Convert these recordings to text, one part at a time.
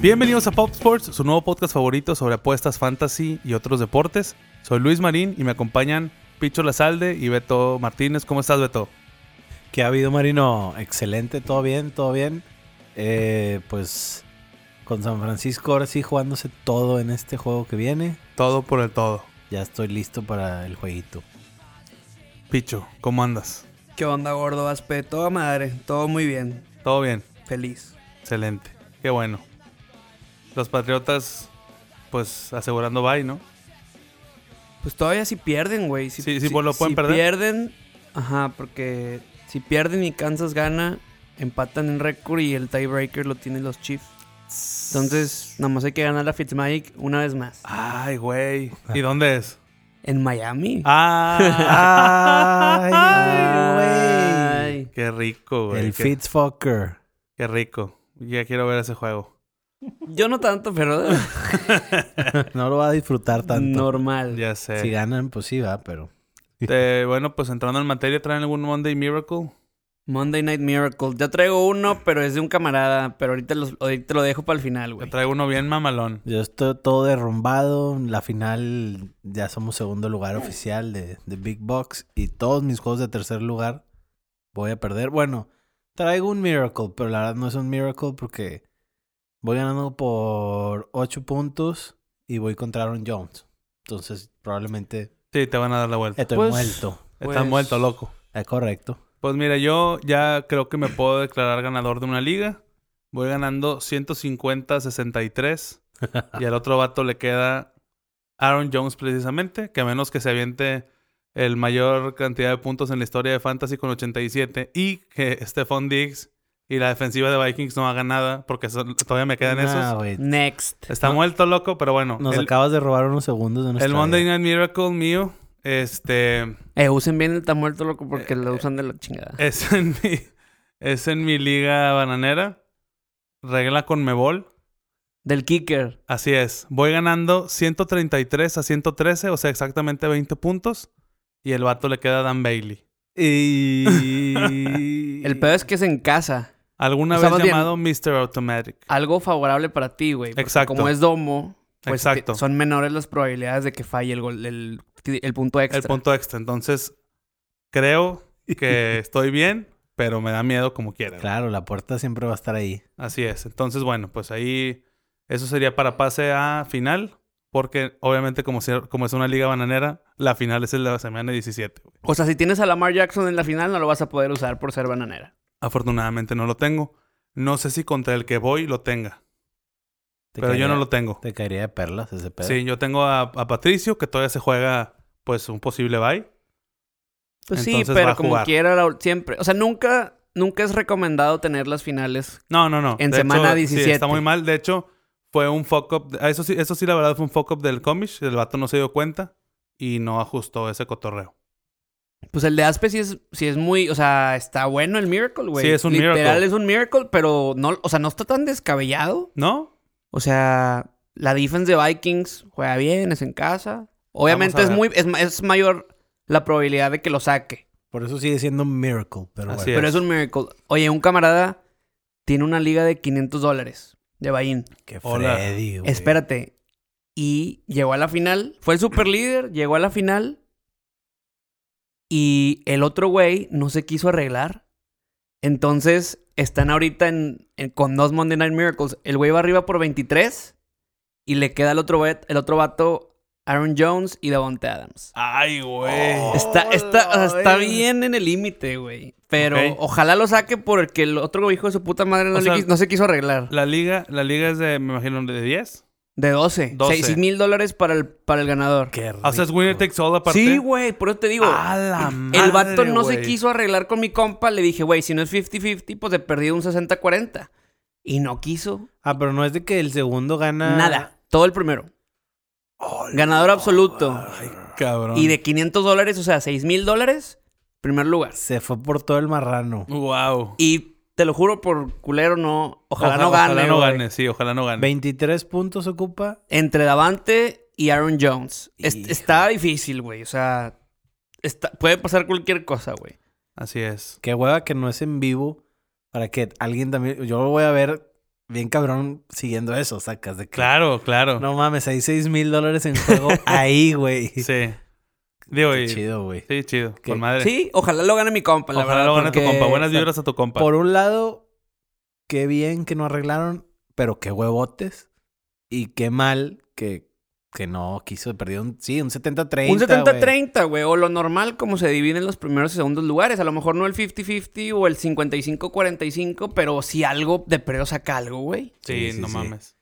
Bienvenidos a Pop Sports, su nuevo podcast favorito sobre apuestas, fantasy y otros deportes. Soy Luis Marín y me acompañan Picho Lazalde y Beto Martínez. ¿Cómo estás, Beto? ¿Qué ha habido, Marino? Excelente, todo bien, todo bien. Eh, pues con San Francisco ahora sí jugándose todo en este juego que viene. Todo por el todo. Ya estoy listo para el jueguito. Picho, ¿cómo andas? ¿Qué onda, gordo Aspe? Todo madre, todo muy bien, ¿Todo bien? feliz. Excelente. Qué bueno. Los Patriotas, pues asegurando bye, ¿no? Pues todavía si pierden, güey. Si, Sí, sí, pues lo pueden si perder. pierden, ajá, porque si pierden y Kansas gana, empatan en récord y el tiebreaker lo tienen los Chiefs. Entonces, nada más hay que ganar la Fitzmagic una vez más. Ay, güey. ¿Y dónde es? En Miami. Ah, ay, Ay. güey. Qué rico, güey. el Qué- Fitzfucker. qué rico. Ya quiero ver ese juego. Yo no tanto, pero no lo va a disfrutar tanto. normal. Ya sé. Si ganan, pues sí va, pero... Eh, bueno, pues entrando en materia, ¿traen algún Monday Miracle? Monday Night Miracle. Yo traigo uno, pero es de un camarada. Pero ahorita, los, ahorita lo dejo para el final, Te güey. traigo uno bien mamalón. Yo estoy todo derrumbado. La final ya somos segundo lugar oficial de, de Big Box. Y todos mis juegos de tercer lugar voy a perder. Bueno, traigo un Miracle, pero la verdad no es un Miracle porque voy ganando por 8 puntos y voy contra Aaron Jones. Entonces probablemente Sí, te van a dar la vuelta. estoy Pues- muerto. Estás pues- muerto, loco. Es correcto. Pues mira, yo ya creo que me puedo declarar ganador de una liga. Voy ganando 150-63. y al otro vato le queda Aaron Jones precisamente, que a menos que se aviente el mayor cantidad de puntos en la historia de Fantasy con 87 y que Stephon Diggs y la defensiva de Vikings no haga nada porque son- todavía me quedan Nah, esos. güey. Next. Está muerto, loco, pero bueno. Nos el- acabas de robar unos segundos de nuestra El Monday vida. Night Miracle mío, este, Eh, usen bien el tan muerto, loco, porque lo usan de la chingada. es en mi, es en mi liga bananera. Regla con Mebol. Del kicker. Así es. Voy ganando 133 a 113, o sea, exactamente 20 puntos. Y el vato le queda a Dan Bailey. Y... El peor es que es en casa. Alguna O sea, vez más bien- Ah, llamado Mr. Automatic. Algo favorable para ti, güey. porque Exacto. Como es domo, pues te- Exacto. son menores las probabilidades de que falle el gol, el, el punto extra. El punto extra. Entonces, creo que estoy bien, pero me da miedo como quiera. Claro, la puerta siempre va a estar ahí. Así es. Entonces, bueno, pues ahí eso sería para pase a final, porque obviamente como, sea- como es una liga bananera, la final es la semana 17. güey. O sea, si tienes a Lamar Jackson en la final, no lo vas a poder usar por ser bananera. Afortunadamente no lo tengo. No sé si contra el que voy lo tenga, Te pero yo no caería- lo tengo. Te caería de perlas ese pedo. Sí, yo tengo a, a Patricio, que todavía se juega pues un posible bye. Pues sí, Entonces va a pero como jugar. quiera, la- siempre. O sea, nunca, nunca es recomendado tener las finales. No, no, no. En De semana hecho, sí, 17. está muy mal. De hecho, fue un fuck up. de- ah, Eso sí, eso sí, la verdad, fue un fuck up del comish. El vato no se dio cuenta y no ajustó ese cotorreo. Pues el de Aspe sí es, sí es muy, o sea, está bueno el Miracle, güey. Sí, es un Literal miracle. es un Miracle, pero no, o sea, no está tan descabellado. ¿No? O sea, la defense de Vikings juega bien, es en casa. Obviamente es ver. muy es, es mayor la probabilidad de que lo saque, Por eso sigue siendo un miracle, pero Así bueno. pero es. es un miracle. Oye, un camarada tiene una liga de 500 dólares de Bahín. Que Hola. Freddy, güey. Espérate. Y llegó a la final, fue el super líder, llegó a la final y el otro güey no se quiso arreglar. Entonces, están ahorita en, en- con dos Monday Night Miracles. El güey va arriba por 23 y le queda el otro, vet- el otro vato, Aaron Jones y Davante Adams. Ay, güey. Está, está, o sea, Hola, está güey. bien en el límite, güey. Pero Ok. ojalá lo saque porque el otro hijo de su puta madre no, O le sea, quis- no se quiso arreglar. La liga, la liga es de, me imagino, de 10. De 12. 12. 6 mil dólares para el, para el ganador. Qué O sea, es winner rico. takes all aparte. Sí, güey, por eso te digo. A la Ah, madre, el vato no se güey. quiso arreglar con mi compa. Le dije, güey, si no es 50-50, pues he perdido un 60-40. Y no quiso Ah, pero no es de que el segundo gana... nada. Todo el primero. Ganador absoluto. Cabrón. Y de 500 dólares, o sea, 6 mil dólares, primer lugar. Se fue por todo el marrano. Wow. Y te lo juro por culero, no. Ojalá, no gane. Ojalá no güey. gane, sí, ojalá no gane. 23 puntos ocupa. Entre Davante y Aaron Jones. Est- Hijo. está difícil, güey. O sea, está- puede pasar cualquier cosa, güey. Así es. Qué hueva que no es en vivo. Para que alguien también... Yo lo voy a ver bien cabrón siguiendo eso, sacas de que, Claro, claro. No mames, hay 6 mil dólares en juego ahí, güey. Sí. Digo, Qué y- chido, güey. Sí, chido. Qué- Con madre. Sí, ojalá lo gane mi compa, la Ojalá verdad, lo gane tu porque- compa. Buenas Está- vibras a tu compa. Por un lado, qué bien que no arreglaron, pero qué huevotes. Y qué mal que, que no quiso, perdió un, sí, un 70-30. Un güey. 70-30, güey. O lo normal, como se dividen los primeros y segundos lugares. A lo mejor no el 50-50 o el 55-45, pero si algo de perro saca algo, güey. Sí, Sí, sí, no sí. mames.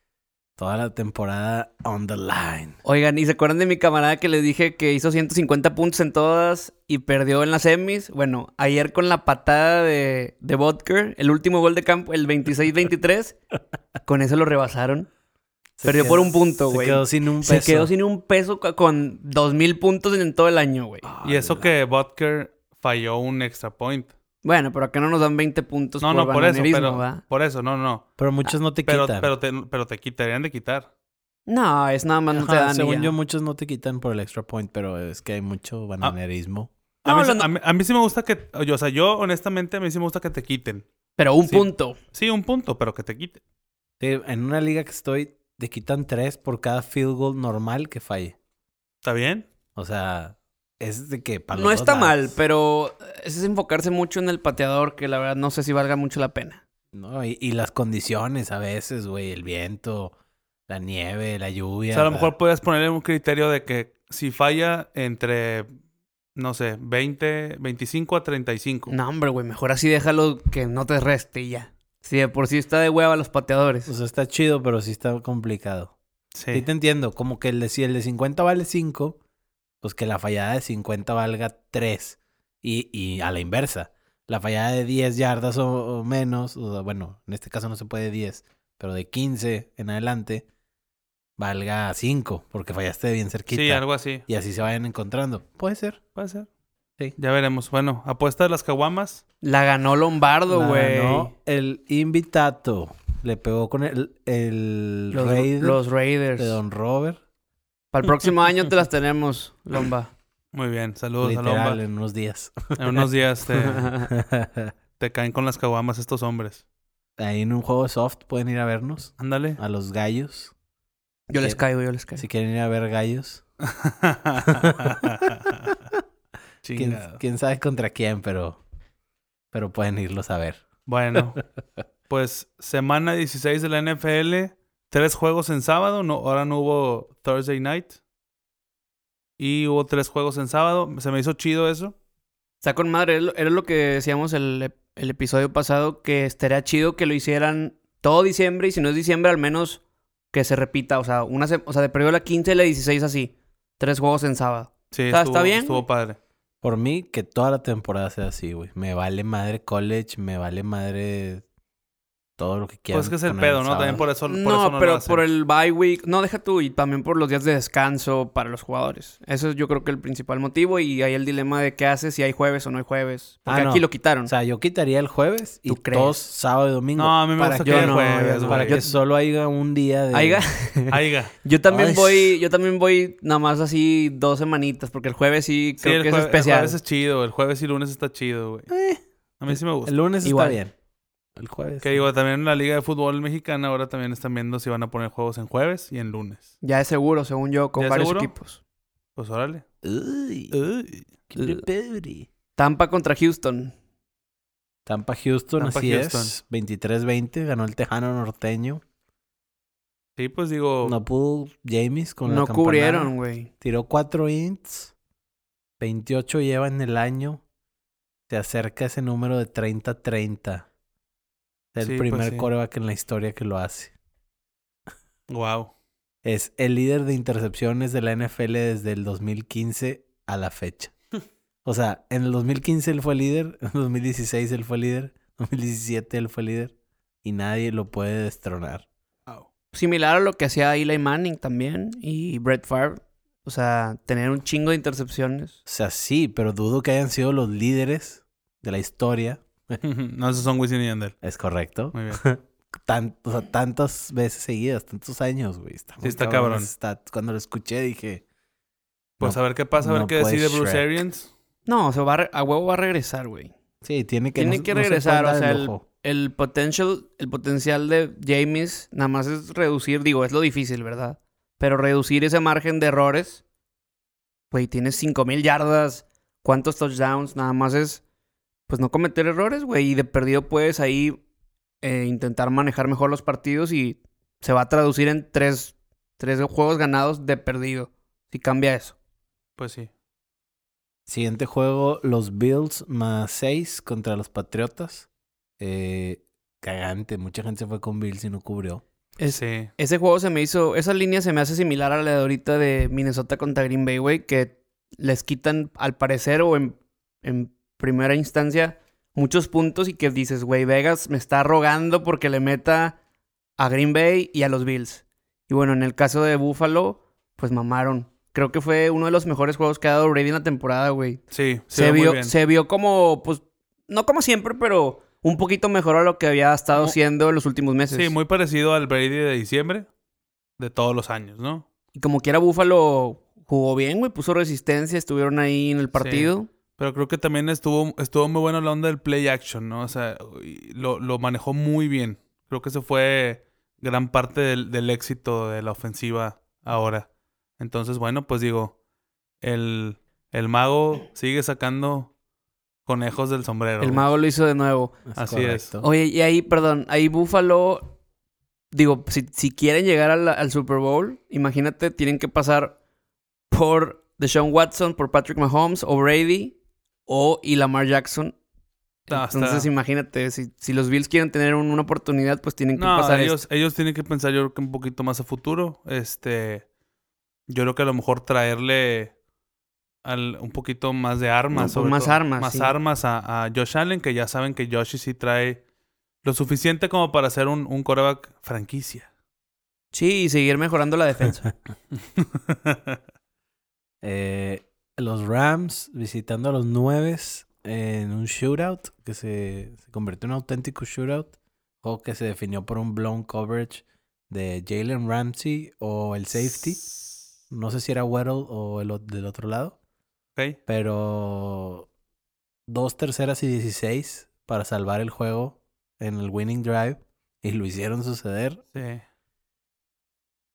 Toda la temporada on the line. Oigan, ¿y se acuerdan de mi camarada que les dije que hizo 150 puntos en todas y perdió en las semis? Bueno, ayer con la patada de, de Vodker, el último gol de campo, el 26-23, con eso lo rebasaron. Se Perdió quedó- por un punto, Se güey. quedó sin un Se peso. quedó sin un peso co- con 2.000 puntos en todo el año, güey. Y eso que Vodker falló un extra point. Bueno, pero acá no nos dan 20 puntos No, Pues no, por por eso, pero. ¿va? Por eso, no, no. Pero muchos no te Pero, quitan. pero, te, pero te quitarían de quitar. No, es nada más no te Ajá, dan y según ya. Ah. yo, muchos no te quitan por el extra point, pero es que hay mucho bananerismo. A, No, mí, lo- sí- a mí- a mí sí me gusta que. O sea, yo honestamente a mí sí me gusta que te quiten. Pero un Sí. punto. Sí, un punto, pero que te quiten. Sí, en una liga que estoy, te quitan tres por cada field goal normal que falle. ¿Está bien? O sea, es de que para los No dos está mal, lados. pero es enfocarse mucho en el pateador que la verdad no sé si valga mucho la pena. No, y, y las condiciones a veces, güey, el viento, la nieve, la lluvia. O sea, a lo o sea, mejor podrías ponerle un criterio de que si falla entre, no sé, 20, 25 a 35. No, hombre, güey, mejor así déjalo que no te reste y ya. Si de por sí está de hueva los pateadores. O sea, pues está chido, pero sí está complicado. Sí, Sí. te entiendo. Como que el de, si el de 50 vale 5, pues que la fallada de 50 valga 3. Y, y a la inversa. La fallada de 10 yardas o, o menos, o sea, bueno, en este caso no se puede 10, pero de 15 en adelante valga 5, porque fallaste bien cerquita. Sí, algo así. Y así se vayan encontrando. Puede ser. Puede ser. Sí. Ya veremos. Bueno, apuesta de las caguamas. La ganó Lombardo, La güey. ganó El invitato le pegó con el, el Los, raid los de Raiders. Don Robert. Para el próximo año te las tenemos, Lomba. Muy bien. Saludos a literal, Lomba. en unos días. En unos días te, te caen con las caguamas estos hombres. Ahí en un juego soft pueden ir a vernos. Ándale. A los gallos. Yo les caigo, yo les caigo. Si quieren ir a ver gallos. ¿Quién, Chingado. quién sabe contra quién, pero. Pero pueden irlos a ver. Bueno, pues semana 16 de la NFL, tres juegos en sábado, no, ahora no hubo Thursday night. Y hubo tres juegos en sábado, se me hizo chido eso. Está con madre, era lo- era lo que decíamos el, ep- el episodio pasado, que estaría chido que lo hicieran todo diciembre y si no es diciembre, al menos que se repita. O sea, una se- o sea de periodo la 15 y la 16 así. Tres juegos en sábado. Sí, Está- estuvo, está bien, estuvo güey. padre. Por mí, que toda la temporada sea así, güey. Me vale madre college, me vale madre todo lo que quieran. Pues es que es el poner pedo, ¿no? sábado. También por eso por eso no, no, pero lo hacen. por el bye week. No, deja tú y también por los días de descanso para los jugadores. Eso es yo creo que el principal motivo y hay el dilema de qué haces si hay jueves o no hay jueves. Porque Ah, no. aquí lo quitaron. O sea, yo quitaría el jueves y ¿Tú crees? todos sábado y domingo. No, a mí me para gusta que, que haya no, jueves, yo no. para güey. que solo haya un día de. Ahí ga- Aiga. Yo también Ay. voy, yo también voy nada más así dos semanitas, porque el jueves sí Sí, creo el, que es jue- el especial. jueves es chido, el jueves y lunes está chido, güey. Eh, A mí sí me gusta. el lunes Igual. está bien. El jueves. Que digo, también en la Liga de Fútbol Mexicana ahora también están viendo si van a poner juegos en jueves y en lunes. Ya es seguro, según yo, con ¿Ya es varios seguro? equipos. Pues órale. Uy, Uy. qué pedri. Tampa contra Houston. Tampa Houston, Tampa así Houston. es. 23-20, ganó el Tejano norteño. Sí, pues digo, No pudo James con la no campanada. cubrieron, güey. Tiró 4 ints. 28 lleva en el año. Se acerca ese número de 30-30. Es el Sí, pues primer sí. coreback en la historia que lo hace. wow. Es el líder de intercepciones de la NFL desde el 2015 a la fecha. O sea, en el 2015 él fue líder, en el 2016 él fue líder, en el 2017 él fue líder y nadie lo puede destronar. Similar a lo que hacía Eli Manning también y Brett Favre. O sea, tener un chingo de intercepciones. O sea, sí, pero dudo que hayan sido los líderes de la historia. no, esos son Wisin y Yandel. Es correcto. Muy bien. Tan- o sea, tantas veces seguidas, tantos años, güey. Está, muy está cabrón. ese stat. Cuando lo escuché dije, Pues No, a ver qué pasa, a ver no qué decide puedes, Bruce Shrek. Arians. No, o sea, va a, re- a huevo va a regresar, güey. sí, tiene que Tiene que se puede regresar, o dar sea, el el- lujo. el potential, el potencial de James nada más es reducir, digo, es lo difícil, ¿verdad? Pero reducir ese margen de errores, güey, tienes 5000 yardas, cuántos touchdowns, nada más es pues no cometer errores, güey, y de perdido puedes ahí eh, intentar manejar mejor los partidos y se va a traducir en tres, tres juegos ganados de perdido, si cambia eso. Pues sí. Siguiente juego, los Bills más 6 contra los Patriotas. Eh, cagante, mucha gente se fue con Bills y no cubrió. Es- sí. Ese juego se me hizo, esa línea se me hace similar a la de ahorita de Minnesota contra Green Bay, güey, que les quitan al parecer o en, en primera instancia muchos puntos y que dices, güey, Vegas me está rogando porque le meta a Green Bay y a los Bills. Y bueno, en el caso de Buffalo, pues mamaron. Creo que fue uno de los mejores juegos que ha dado Brady en la temporada, güey. Sí, Se, muy vio, bien. se vio como, pues, no como siempre, pero un poquito mejor a lo que había estado Mu- siendo en los últimos meses. Sí, muy parecido al Brady de diciembre de todos los años, ¿no? Y como quiera, Búfalo jugó bien, güey. Puso resistencia, estuvieron ahí en el partido. Pero creo que también estuvo, estuvo muy bueno la onda del play action, ¿no? O sea, y lo, lo manejó muy bien. Creo que eso fue gran parte del, del éxito de la ofensiva ahora. Entonces, bueno, pues digo, el, el mago sigue sacando conejos del sombrero. el güey. mago lo hizo de nuevo. Así es. correcto. Oye, y ahí, perdón, ahí Búfalo. Digo, si, si quieren llegar al, al Super Bowl, imagínate, tienen que pasar por Deshaun Watson, por Patrick Mahomes o Brady o y Lamar Jackson. No, Ah, está- Entonces, imagínate, si, si los Bills quieren tener un- una oportunidad, pues tienen que No, pasar ellos, ellos tienen que pensar yo creo que un poquito más a futuro. Este, yo creo que a lo mejor traerle al, un poquito más de No, armas. pues, sobre más todo. armas, Más sí. armas a, a Josh Allen, que ya saben que Josh sí trae lo suficiente como para ser un, un coreback franquicia. Sí, y seguir mejorando la defensa. Eh, los Rams visitando a los Nueves en un shootout que se, se convirtió en un auténtico shootout. Juego que se definió por un blown coverage de Jalen Ramsey o el safety. No sé si era Weddle o el o- del otro lado. Ok. Pero dos terceras y 16 para salvar el juego en el winning drive. Y lo hicieron suceder. Sí.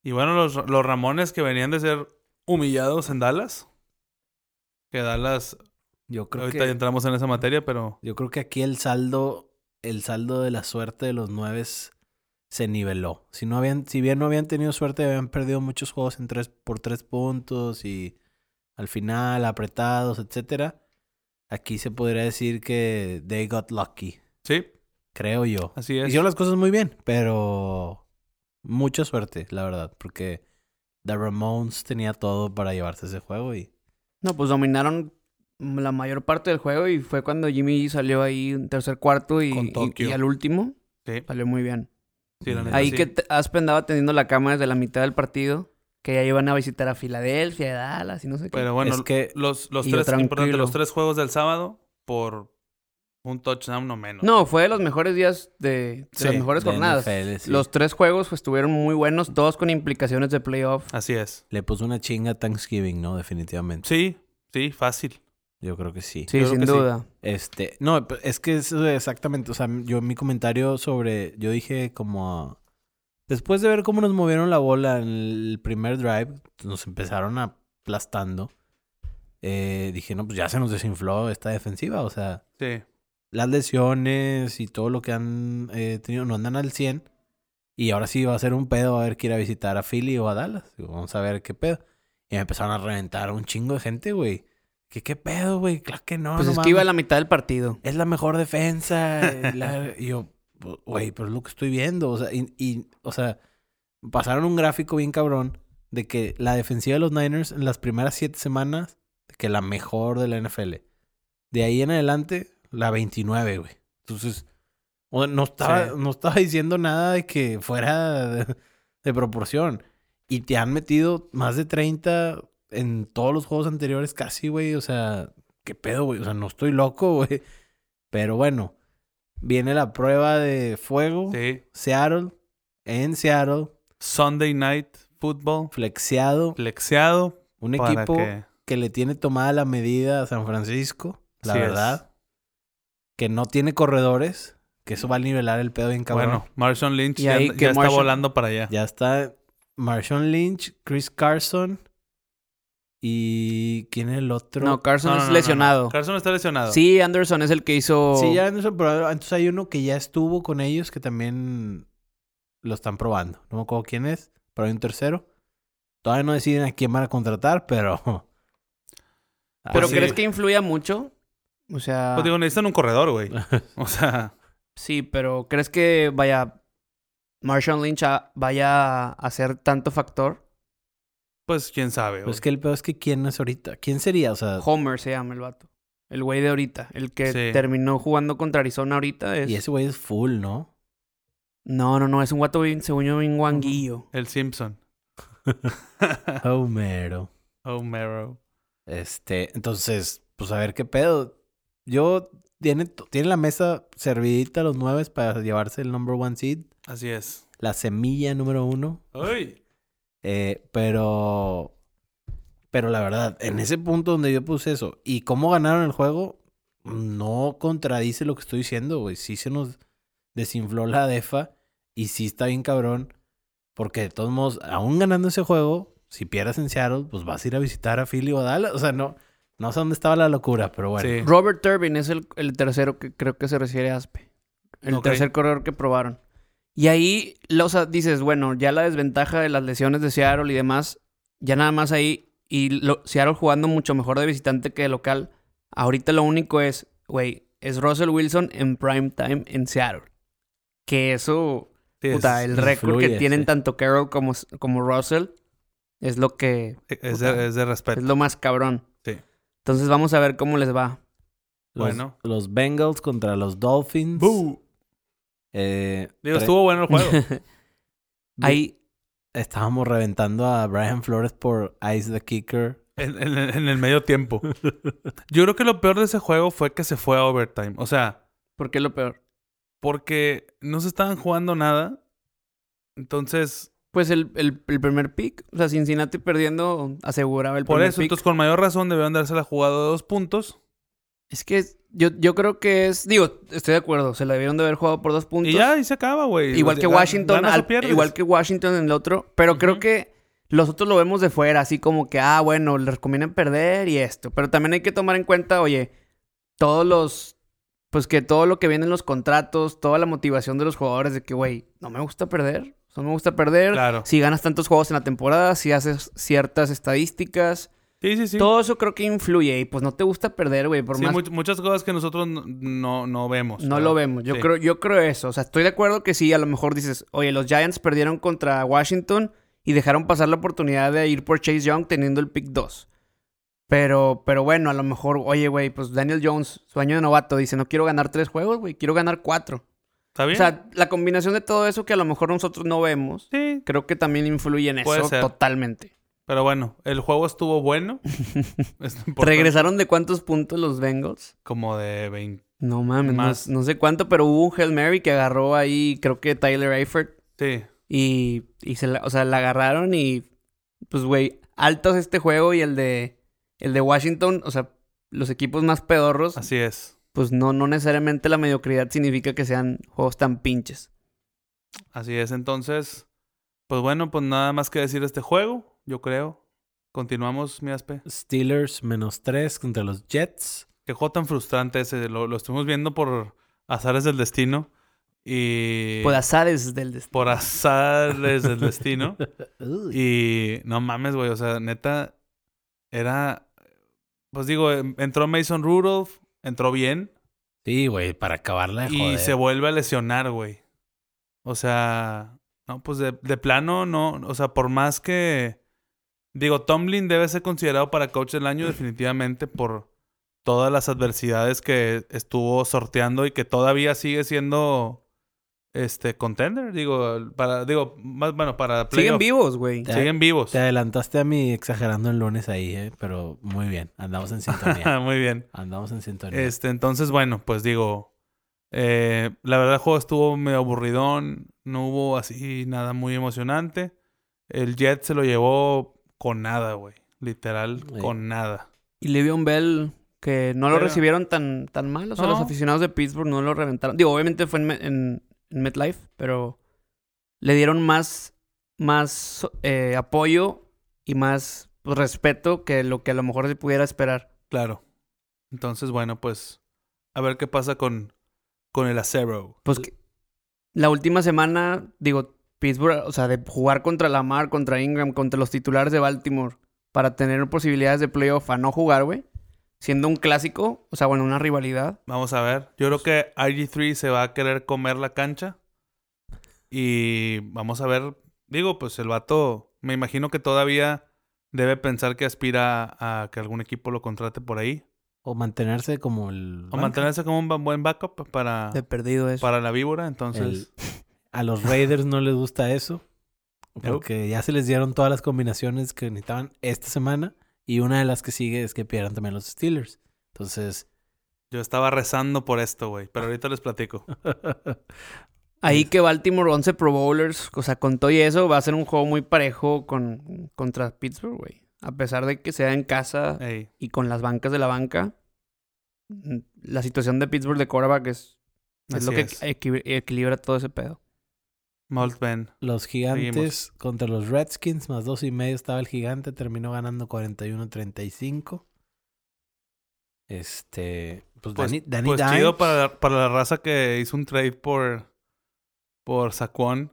Y bueno, los, los Ramones que venían de ser humillados en Dallas. Que Dallas, Yo creo ahorita ya que... entramos en esa materia, pero Yo creo que aquí el saldo, el saldo de la suerte de los nueves se niveló. Si no habían, si bien no habían tenido suerte, habían perdido muchos juegos en tres, por tres puntos y al final apretados, etcétera. Aquí se podría decir que they got lucky, sí, creo yo. así es. Hicieron las cosas muy bien, pero mucha suerte, la verdad, porque The Ramones tenía todo para llevarse ese juego y No, pues dominaron la mayor parte del juego y fue cuando Jimmy G salió ahí en tercer cuarto y, Con y- Tokio. y al último Sí, salió muy bien. sí, la neta, Ahí sí. que te- Aspen andaba teniendo la cama desde la mitad del partido, que ya iban a visitar a Filadelfia, Dallas y no sé qué. Pero bueno, es que los, los y tres, tranquilo. importante, los tres juegos del sábado por un touchdown o menos. no, fue de los mejores días de, de Sí, las mejores de jornadas. NFL, sí. Los tres juegos pues, estuvieron muy buenos, todos con implicaciones de playoff. Así es. le puso una chinga a Thanksgiving, ¿no? Definitivamente. Sí, sí, fácil. Yo creo que sí. Sí, creo sin que sí. duda. Este, no, pe- es que es eh, exactamente, o sea, yo en mi comentario sobre, yo dije como, después de ver cómo nos movieron la bola en el primer drive, nos empezaron aplastando, eh, dije, no, pues ya se nos desinfló esta defensiva, o sea, Sí. las lesiones y todo lo que han eh, tenido no andan al 100, y ahora sí va a ser un pedo a ver que ir a visitar a Philly o a Dallas, Digo, vamos a ver qué pedo, y me empezaron a reventar un chingo de gente, güey. ¿Qué, ¿Qué pedo, güey? Claro que no. pues no es que iba mames a la mitad del partido. es la mejor defensa. eh, la- y yo, güey, pero es lo que estoy viendo. O sea, y, y, o sea, pasaron un gráfico bien cabrón de que la defensiva de los Niners en las primeras siete semanas, de que la mejor de la NFL. De ahí en adelante, la 29, güey. Entonces, o sea, no, estaba, Sí. no estaba diciendo nada de que fuera de, de proporción. Y te han metido más de 30 en todos los juegos anteriores casi, güey. O sea, ¿qué pedo, güey? O sea, no estoy loco, güey. Pero bueno, viene la prueba de fuego. Sí. Seattle, en Seattle, Sunday night football. flexeado. Flexeado. Un para equipo que... que- le tiene tomada la medida a San Francisco, la Así es. verdad. Que no tiene corredores. Que eso va a nivelar el pedo bien cabrón. Bueno, Marshawn Lynch Y ya, ahí ya que está Marshawn- volando para allá. Ya está Marshawn Lynch, Chris Carson y ¿quién es el otro? No, Carson No, no, es no, no, no. lesionado. Carson está lesionado. Sí, Anderson es el que hizo. Sí, ya Anderson, pero entonces hay uno que ya estuvo con ellos que también lo están probando. No me acuerdo quién es, pero hay un tercero. Todavía no deciden a quién van a contratar, pero... Ah, Pero sí. crees que influía mucho? O sea. Pues digo, necesitan un corredor, güey. O sea, Sí, pero ¿crees que vaya. Marshawn Lynch a- vaya a ser tanto factor? pues quién sabe. Pues güey. es que el peor es que quién es ahorita. ¿Quién sería? O sea, Homer se llama el vato. El güey de ahorita. El que Sí. terminó jugando contra Arizona ahorita es. y ese güey es full, ¿no? No, no, no. Es un guato bien, según yo, bien guanguillo. El Simpson. Homero. Homero. Este, entonces, pues a ver qué pedo. Yo, tiene, tiene la mesa servidita los nueve para llevarse el number one seed, Así es. la semilla número uno. ¡Uy! Eh, pero, pero la verdad, en ese punto donde yo puse eso y cómo ganaron el juego, no contradice lo que estoy diciendo, güey. Sí se nos desinfló la defa y sí está bien cabrón. Porque de todos modos, aún ganando ese juego, si pierdes en Seattle, pues vas a ir a visitar a Philly o a Dallas. O sea, no, no sé dónde estaba la locura, pero bueno. Sí. Robert Turbin es el, el tercero que creo que se refiere a Aspe. El Ok. tercer corredor que probaron. Y ahí, lo- o sea, dices, bueno, ya la desventaja de las lesiones de Seattle y demás, ya nada más ahí. Y lo- Seattle jugando mucho mejor de visitante que de local. Ahorita lo único es, güey, es Russell Wilson en prime time en Seattle. Que eso, Sí, puta, es, el récord influye, que tienen sí. tanto Carroll como, como Russell es lo que es de, es de respeto. es lo más cabrón. Sí. Entonces vamos a ver cómo les va. Los, Bueno. Los Bengals contra los Dolphins. ¡Boo! Eh, Digo, tre- estuvo bueno el juego. Ahí, Estábamos reventando a Brian Flores por Ice the Kicker. En, en- en el medio tiempo. Yo creo que lo peor de ese juego fue que se fue a overtime. O sea, ¿Por qué es lo peor? porque no se estaban jugando nada. Entonces, Pues el, el- el primer pick. O sea, Cincinnati perdiendo aseguraba el por primer eso, pick. entonces con mayor razón debieron darse la jugada de dos puntos. Es que es- yo, yo creo que es... Digo, estoy de acuerdo. Se la debieron de haber jugado por dos puntos. y ya, y se acaba, güey. igual que Gan- Washington. ganas o al- pierdes. igual que Washington en el otro. Pero creo Ujú. que los otros lo vemos de fuera. Así como que, ah, bueno, les conviene perder y esto. Pero también hay que tomar en cuenta, oye, todos los... Pues que todo lo que viene en los contratos, toda la motivación de los jugadores de que, güey, no me gusta perder. o sea, No me gusta perder. Claro. Si ganas tantos juegos en la temporada, si haces ciertas estadísticas. Sí, sí, sí. Todo eso creo que influye. Y pues no te gusta perder, güey. Por Sí, más. much- muchas cosas que nosotros no, no, no vemos. No ¿verdad? lo vemos. Yo Sí. creo, yo creo eso. O sea, estoy de acuerdo que sí, a lo mejor dices, oye, los Giants perdieron contra Washington y dejaron pasar la oportunidad de ir por Chase Young teniendo el pick 2. Pero, pero bueno, a lo mejor, oye, güey, pues Daniel Jones, su año de novato, dice, no quiero ganar tres juegos, güey, quiero ganar cuatro. ¿Está bien? O sea, la combinación de todo eso que a lo mejor nosotros no vemos, sí. creo que también influye en Puede eso ser. totalmente. Pero bueno, el juego estuvo bueno. Es importante. ¿Regresaron de cuántos puntos los Bengals? Como de 20. No mames, no- Más. No, sé cuánto, pero hubo un Hail Mary que agarró ahí, creo que Tyler Eifert, Sí. y, y se la, o sea, la agarraron y, pues, güey, altos este juego y el de, el de Washington, o sea, los equipos más pedorros, Así es. pues no, no necesariamente la mediocridad significa que sean juegos tan pinches. Así es, entonces, pues bueno, pues nada más que decir de este juego, yo creo. Continuamos, mi Aspe. Steelers menos tres contra los Jets. Qué juego tan frustrante ese, lo, lo estuvimos viendo por azares del destino y... Por azares del destino. por azares del destino. Uy. Y no mames, güey, o sea, neta, era... Pues digo, em- entró Mason Rudolph, entró bien Sí, güey, para acabarla Ah, de y joder. se vuelve a lesionar, güey. O sea, no, pues de, de plano no, o sea, por más que digo, Tomlin debe ser considerado para coach del año definitivamente por todas las adversidades que estuvo sorteando y que todavía sigue siendo este contender, digo, para digo, más bueno, para Siguen playoff. vivos, güey. Ya. Siguen vivos. Te adelantaste a mi exagerando el lunes ahí, eh, pero muy bien. Andamos en sintonía. Ah, Muy bien. Andamos en sintonía. Este, entonces, bueno, pues digo, eh, la verdad el juego estuvo medio aburridón, no hubo así nada muy emocionante. El Jet se lo llevó con nada, güey, literal, Güey. con nada. Y Le'Veon Bell Que no lo Pero- recibieron tan, tan mal. O sea, No. los aficionados de Pittsburgh no lo reventaron. Digo, obviamente fue en, Me- en- en MetLife, pero le dieron más, más eh, apoyo y más pues, respeto que lo que a lo mejor se pudiera esperar. Claro. Entonces, bueno, pues a ver qué pasa con, con el acero. Pues que- la última semana, digo, Pittsburgh, o sea, de jugar contra Lamar, contra Ingram, contra los titulares de Baltimore, para tener posibilidades de playoff a no jugar, güey. Siendo un clásico, o sea, bueno, una rivalidad. Vamos a ver. Yo creo que IG3 se va a querer comer la cancha. Y vamos a ver. Digo, pues el vato, me imagino que todavía debe pensar que aspira a, que algún equipo lo contrate por ahí. O mantenerse como el. O mantenerse como un ba- buen backup para, De perdido eso. para la víbora. El- Entonces, a los Raiders no les gusta eso. Nope. Porque ya se les dieron todas las combinaciones que necesitaban esta semana. Y una de las que sigue es que pierdan también los Steelers. Entonces, yo estaba rezando por esto, güey. Pero ahorita les platico. Ahí que Baltimore 11 Pro Bowlers, o sea, con todo y eso, va a ser un juego muy parejo con, contra Pittsburgh, güey. A pesar de que sea en casa Ey, y con las bancas de la banca, mm, la situación de Pittsburgh de quarterback es, es así lo que es. equi- equilibra todo ese pedo. Molt Ben. los gigantes contra los Redskins, más dos y medio estaba el gigante, terminó ganando 41-35. Este. Pues, Pues- Danny, Danny Pues Dimes. chido para, para la raza que hizo un trade por, por Saquon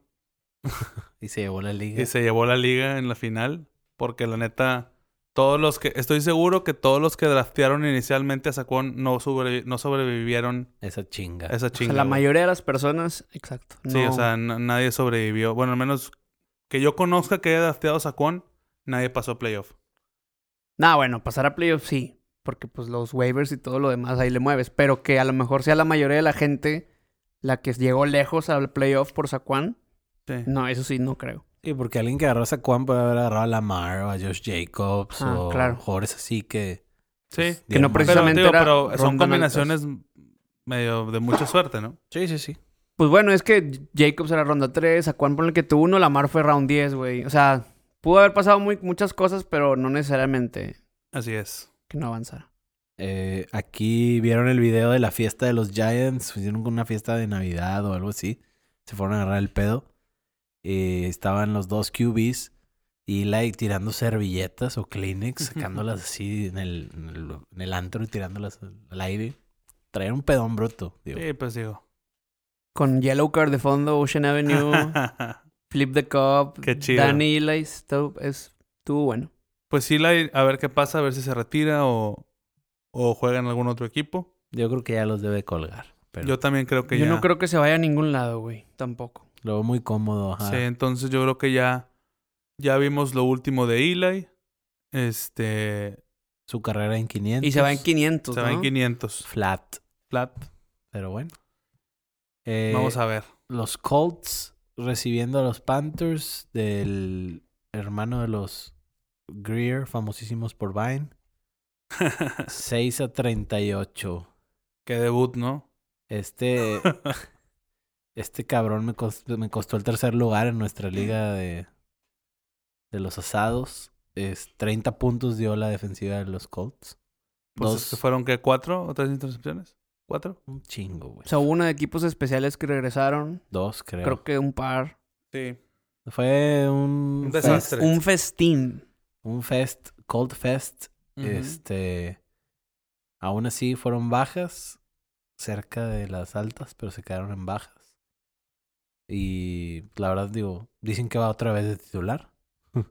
Y se llevó la liga. y se llevó la liga en la final. Porque la neta, todos los que. Estoy seguro que todos los que draftearon inicialmente a Saquon no, sobrevi- no sobrevivieron Esa chinga. a esa O sea, chinga. la güey. mayoría de las personas, exacto. Sí, no- o sea, n- nadie sobrevivió. Bueno, al menos que yo conozca que haya drafteado a Saquon, nadie pasó a playoff. Nah, bueno, pasar a playoffs sí, porque pues los waivers y todo lo demás ahí le mueves, pero que a lo mejor sea la mayoría de la gente la que llegó lejos al playoff por Saquon, Sí. no, eso sí, no creo. Y porque alguien que agarró a Saquon puede haber agarrado a Lamar o a Josh Jacobs Ah, o claro. jugadores así que. pues, Sí. Que no Pero, dieron más. pues, precisamente digo, era pero son rondan altas. combinaciones medio de mucha suerte, ¿no? Sí, sí, sí. Pues bueno, es que Jacobs era ronda 3, Saquon por el que tuvo uno, Lamar fue round 10, güey. O sea, pudo haber pasado muy, muchas cosas, pero no necesariamente Así es. que no avanzara. Eh, aquí vieron el video de la fiesta de los Giants. Hicieron como una fiesta de Navidad o algo así. Se fueron a agarrar el pedo. Eh, estaban los dos QBs. Y Eli tirando servilletas o Kleenex, sacándolas así en el, en, el, en el antro y tirándolas al aire. Traer un pedón bruto, digo. Sí, pues digo. Con Yellow Card de fondo, Ocean Avenue, Flip the Cup, Qué chido. Danny Elias, todo es, estuvo bueno. Pues sí, la- a ver qué pasa, a ver si se retira o, o juega en algún otro equipo. Yo creo que ya los debe colgar. Pero Yo también creo que Yo ya. no creo que se vaya a ningún lado, güey, tampoco. lo veo muy cómodo. ajá. Sí, entonces yo creo que ya, ya vimos lo último de Eli. Este. Su carrera en 500. Y se va en Pues 500, se va en ¿no? 500. Flat. Flat. Pero bueno. Eh, Vamos a ver. los Colts recibiendo a los Panthers del hermano de los Greer, famosísimos por Vine. 6 a 38. Qué debut, ¿no? Este, este cabrón me costó, me costó el tercer lugar en nuestra liga de, de los asados. Es 30 puntos dio la defensiva de los Colts. Pues Dos. es que fueron, ¿qué? ¿Cuatro o tres intercepciones? ¿Cuatro? Un chingo, güey. O sea, hubo uno de equipos especiales que regresaron, Dos, creo. creo que un par. Sí. Fue un, Un fest- desastre. Un festín. un fest, Cold Fest. Este. Aún así fueron bajas, cerca de las altas, pero se quedaron en bajas. Y la verdad, digo, dicen que va otra vez de titular.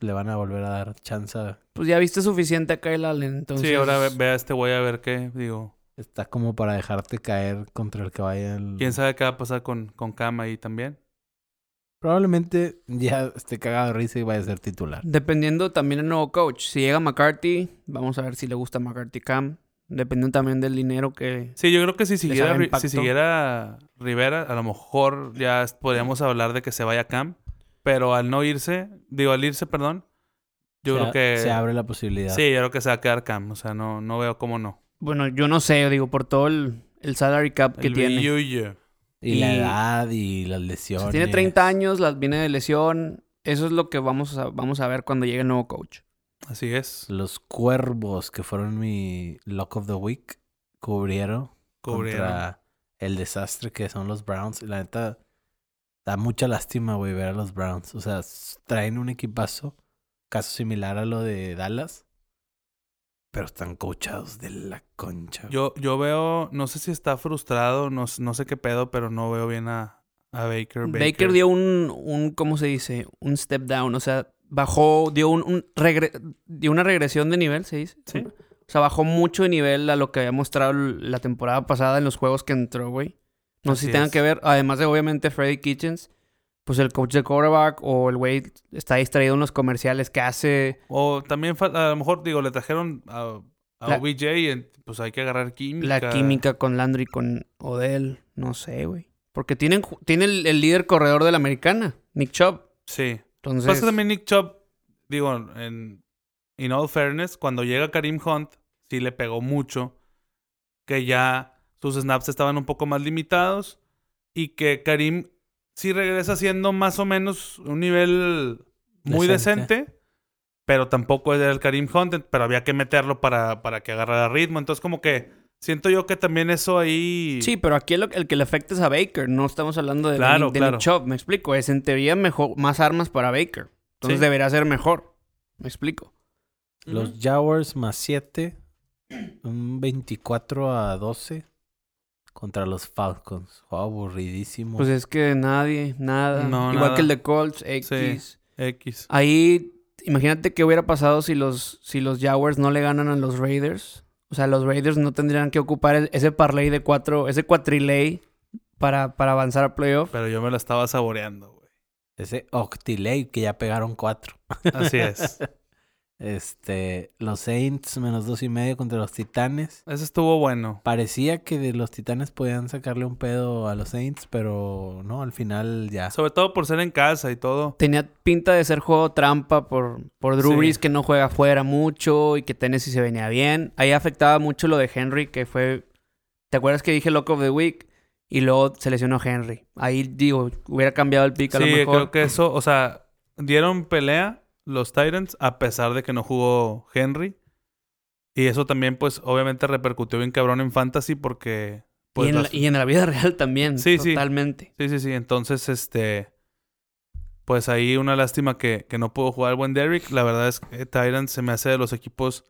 Le van a volver a dar chance. Pues ya viste suficiente a Kyle Allen, entonces... Sí, ahora ve, ve a este güey a ver qué. Digo, Está como para dejarte caer contra el que vaya el- quién sabe qué va a pasar con, con Cam ahí también. Probablemente ya esté cagado de risa y vaya a ser titular. Dependiendo también el nuevo coach. Si llega McCarthy, vamos a ver si le gusta McCarthy Cam. Dependiendo también del dinero que... Sí, yo creo que si siguiera, haga Ri- impacto. si siguiera Rivera, a lo mejor ya es- podríamos hablar de que se vaya Cam. Pero al no irse, digo, al irse, perdón, yo Se creo a- que... Se abre la posibilidad. Sí, yo creo que se va a quedar Cam. O sea, no, no veo cómo no. Bueno, yo no sé, digo, por todo el, el salary cap que El tiene. billullo. Y, la Y- edad y las O lesiones. sea, tiene 30 años, las viene de lesión. Eso es lo que vamos a, vamos a ver cuando llegue el nuevo coach. Así es. Los cuervos, que fueron mi Lock of the Week, cubrieron, Cubrieron. contra el desastre que son los Browns. Y la neta, da mucha lástima, güey, ver a los Browns. O sea, s- traen un equipazo, caso similar a lo de Dallas, pero están coachados de la concha. güey. Yo, yo veo, no sé si está frustrado, no, s- no sé qué pedo, pero no veo bien a, a Baker, Baker. Baker dio un, un, ¿cómo se dice? Un step down, o sea, bajó, dio un, un regre- dio una regresión de nivel, ¿se dice? Sí. O sea, bajó mucho de nivel a lo que había mostrado l- la temporada pasada en los juegos que entró, güey. No sé Así si tengan es. que ver, además de obviamente Freddy Kitchens, pues el coach de quarterback o el güey está distraído en los comerciales que hace. O también, fal- a lo mejor, digo, le trajeron a, a La- OBJ y en- pues hay que agarrar química. La química con Landry, con Odell, no sé, güey. Porque tienen, ju- tiene el, el líder corredor de la americana, Nick Chubb. Sí. Entonces, Pasa que también Nick Chubb, digo, en in all fairness, cuando llega Karim Hunt, sí le pegó mucho, que ya sus snaps estaban un poco más limitados y que Karim sí regresa siendo más o menos un nivel muy Decente. decente, pero tampoco era el Karim Hunt, pero había que meterlo para, para que agarrara ritmo. Entonces como que siento yo que también eso ahí... Sí, pero aquí lo- el que le afecta es a Baker. No estamos hablando de, Claro, Nick, de claro. Nick Chubb, me explico. Es en teoría mejor, más armas para Baker. Entonces Sí. deberá ser mejor. Me explico. Los Jaguars más 7, un 24 a 12 contra los Falcons. Juego aburridísimo. Pues es que nadie, nada. No, Igual nada. que el de Colts, X. X. Ahí, imagínate qué hubiera pasado si los, si los Jaguars no le ganan a los Raiders. O sea, los Raiders no tendrían que ocupar el- ese parlay de cuatro, ese cuatriley para, para avanzar a playoff. Pero yo me la estaba saboreando, güey. Ese Octilay que ya pegaron 4. Así es. Este, los Saints menos dos y medio contra los Titanes. Eso estuvo bueno. Parecía que de los Titanes podían sacarle un pedo a los Saints, pero no, al final ya. Sobre todo por ser en casa y todo. Tenía pinta de ser juego trampa por, por Drew Sí. Brees, que no juega afuera mucho y que Tennessee se venía bien. Ahí afectaba mucho lo de Henry, que fue. ¿Te acuerdas que dije Lock of the Week? Y luego se lesionó Henry. Ahí, digo, hubiera cambiado el pick a lo sí, mejor. creo que eso, o sea, dieron pelea los Titans a pesar de que no jugó Henry. Y eso también, pues, obviamente repercutió bien cabrón en Fantasy porque... Pues, y, en la, las- y en la vida real también. Sí, sí. totalmente. Sí, sí, sí. Entonces, este... Pues ahí una lástima que, que no pudo jugar el buen Derrick. La verdad es que Titans se me hace de los equipos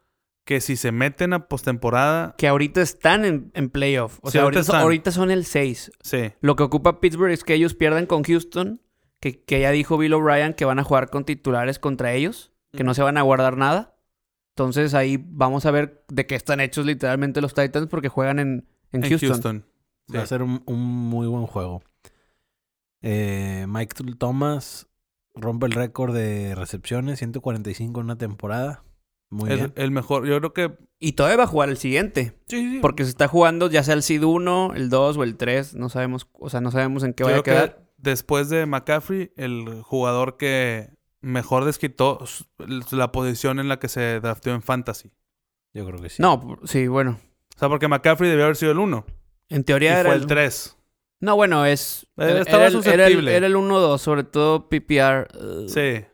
que si se meten a postemporada... Que ahorita están en, en playoff. O Sí, sea, ahorita ahorita, son- están. ahorita son el 6. Sí, Lo que ocupa Pittsburgh es que ellos pierdan con Houston, que, que ya dijo Bill O'Brien que van a jugar con titulares contra ellos, que no se van a guardar nada. Entonces ahí vamos a ver de qué están hechos literalmente los Titans porque juegan en, en en Houston. Houston. Sí. Va a ser un, un muy buen juego. Eh, Mike Thomas rompe el récord de recepciones, 145 en una temporada. Muy El, bien. el mejor, yo creo que... Y todavía va a jugar el siguiente, Sí, sí. porque se está jugando ya sea el seed 1, el 2 o el 3, no sabemos, o sea, no sabemos en qué Yo vaya a creo que quedar. después de McCaffrey, el jugador que mejor desquitó s- la posición en la que se drafteó en Fantasy. Yo creo que sí. No, sí, bueno, O sea, porque McCaffrey debió haber sido el 1 en y teoría era fue el 3. No, bueno, es Eh, estaba era- era el- era el, susceptible. era el 1-2, sobre todo PPR. uh, Sí,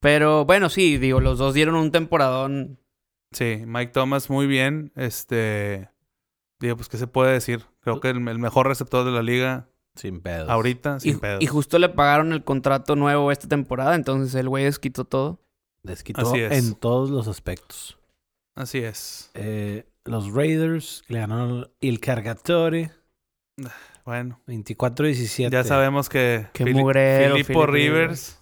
Pero bueno, sí, digo, los dos dieron un temporadón. sí. Mike Thomas muy bien. Este... Digo, pues, ¿qué se puede decir? Creo que el, el mejor receptor de la liga Sin pedos. ahorita, sin y, pedos. y justo le pagaron el contrato nuevo esta temporada, entonces el güey desquitó todo. Les quitó Así es. en todos los aspectos. Así es. Eh, los Raiders le ganaron el Cargatore Bueno, 24-17. ya sabemos que Qué Fili- mugrero, Filippo Philip Rivers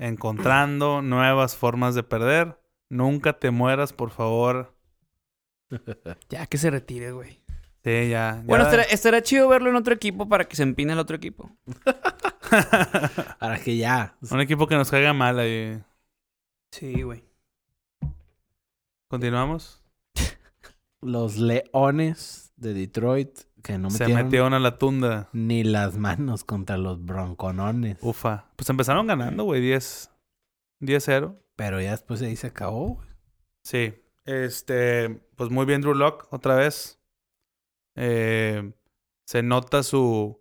encontrando nuevas formas de perder. Nunca te mueras, por favor. Ya que se retire, güey. Sí, ya. ya. Bueno, estará, estará chido verlo en otro equipo para que se empine el otro equipo. Para que ya. Un equipo que nos caiga mal eh, ahí. Sí, güey. Continuamos. Los Leones de Detroit, que no Se metieron metieron a la tunda. ni las manos contra los Bronconones. Ufa. Pues empezaron ganando, güey. 10. 10-0. Pero ya después ahí se acabó. güey. Sí. Este. Pues muy bien, Drew Lock, otra vez. Eh, se nota su.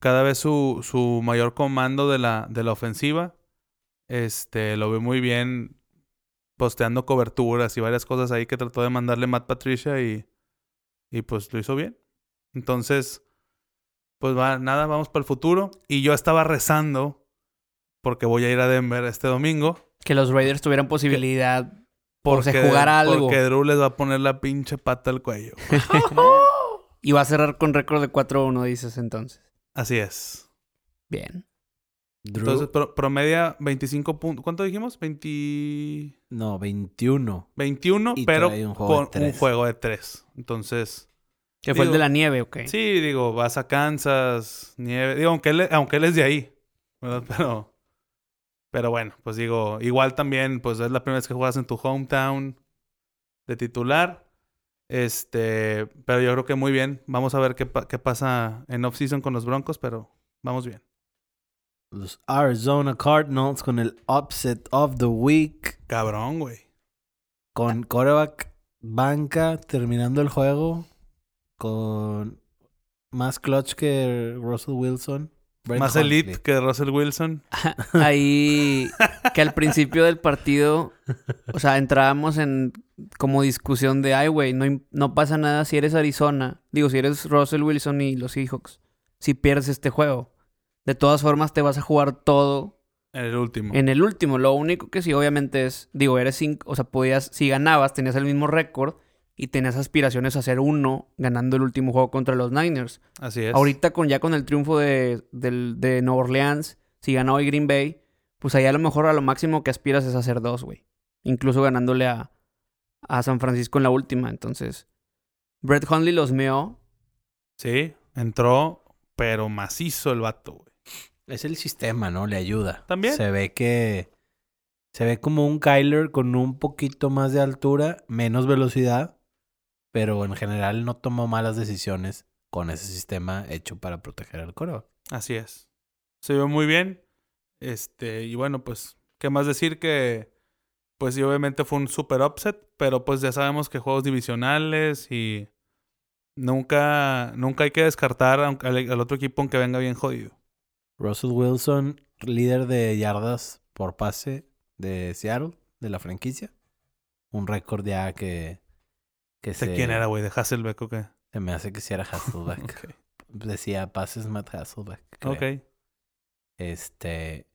Cada vez su, su mayor comando de la, de la ofensiva. Este. Lo ve muy bien. posteando coberturas y varias cosas ahí que trató de mandarle Matt Patricia y, y pues lo hizo bien. Entonces, pues va, nada, vamos para el futuro. Y yo estaba rezando porque voy a ir a Denver este domingo. Que los Raiders tuvieran posibilidad por se jugar algo. Porque Drew les va a poner la pinche pata al cuello. Y va a cerrar con récord de 4-1, dices entonces. Así es. Bien. Drew- Entonces, pro- promedia 25 puntos. ¿Cuánto dijimos? 20... no, 21. 21, Y pero trae un juego con de un tres. juego de 3. Entonces, Que fue el Digo, de la nieve, ok. sí, digo, vas a Kansas, nieve. Digo, aunque él, e, aunque él es de ahí, ¿verdad? Pero, pero bueno, pues digo, igual también, pues es la primera vez que juegas en tu hometown de titular. Este, pero yo creo que muy bien. Vamos a ver qué, pa- qué pasa en off-season con los Broncos, pero vamos bien. Los Arizona Cardinals con el upset of the week. Cabrón, güey. Con coreback banca terminando el juego. Con más clutch que Russell Wilson. Brett Más Hundley. elite que Russell Wilson. Ahí que al principio del partido, o sea, entrábamos en como discusión de, ay, güey, no, im- no pasa nada si eres Arizona. Digo, si eres Russell Wilson y los Seahawks. Si pierdes este juego. De todas formas, te vas a jugar todo En el último. en el último. Lo único que sí, obviamente, es, digo, eres cinco, o sea, podías, si ganabas, tenías el mismo récord y tenías aspiraciones a hacer uno ganando el último juego contra los Niners. Así es. Ahorita con ya con el triunfo de, del- de Nueva Orleans, si gana hoy Green Bay, pues ahí a lo mejor a lo máximo que aspiras es hacer dos, güey. Incluso ganándole a, a San Francisco en la última. Entonces, Brett Hundley los meó. Sí, entró, pero macizo el vato, güey. Es el sistema, ¿no? Le ayuda. También. Se ve que. Se ve como un Kyler con un poquito más de altura, menos velocidad. Pero en general no tomó malas decisiones con ese sistema hecho para proteger al coreback. Así es. Se vio muy bien. Este, y bueno, pues, ¿qué más decir que pues y obviamente fue un super upset, pero pues ya sabemos que juegos divisionales y nunca nunca hay que descartar aunque- al, al otro equipo aunque venga bien jodido. Russell Wilson, líder de yardas por pase de Seattle, de la franquicia. Un récord ya que. que Sé quién era, güey, de Hasselbeck o qué. Se me hace que sí era Hasselbeck. Ok. Decía pases Matt Hasselbeck. creo. Ok. Este.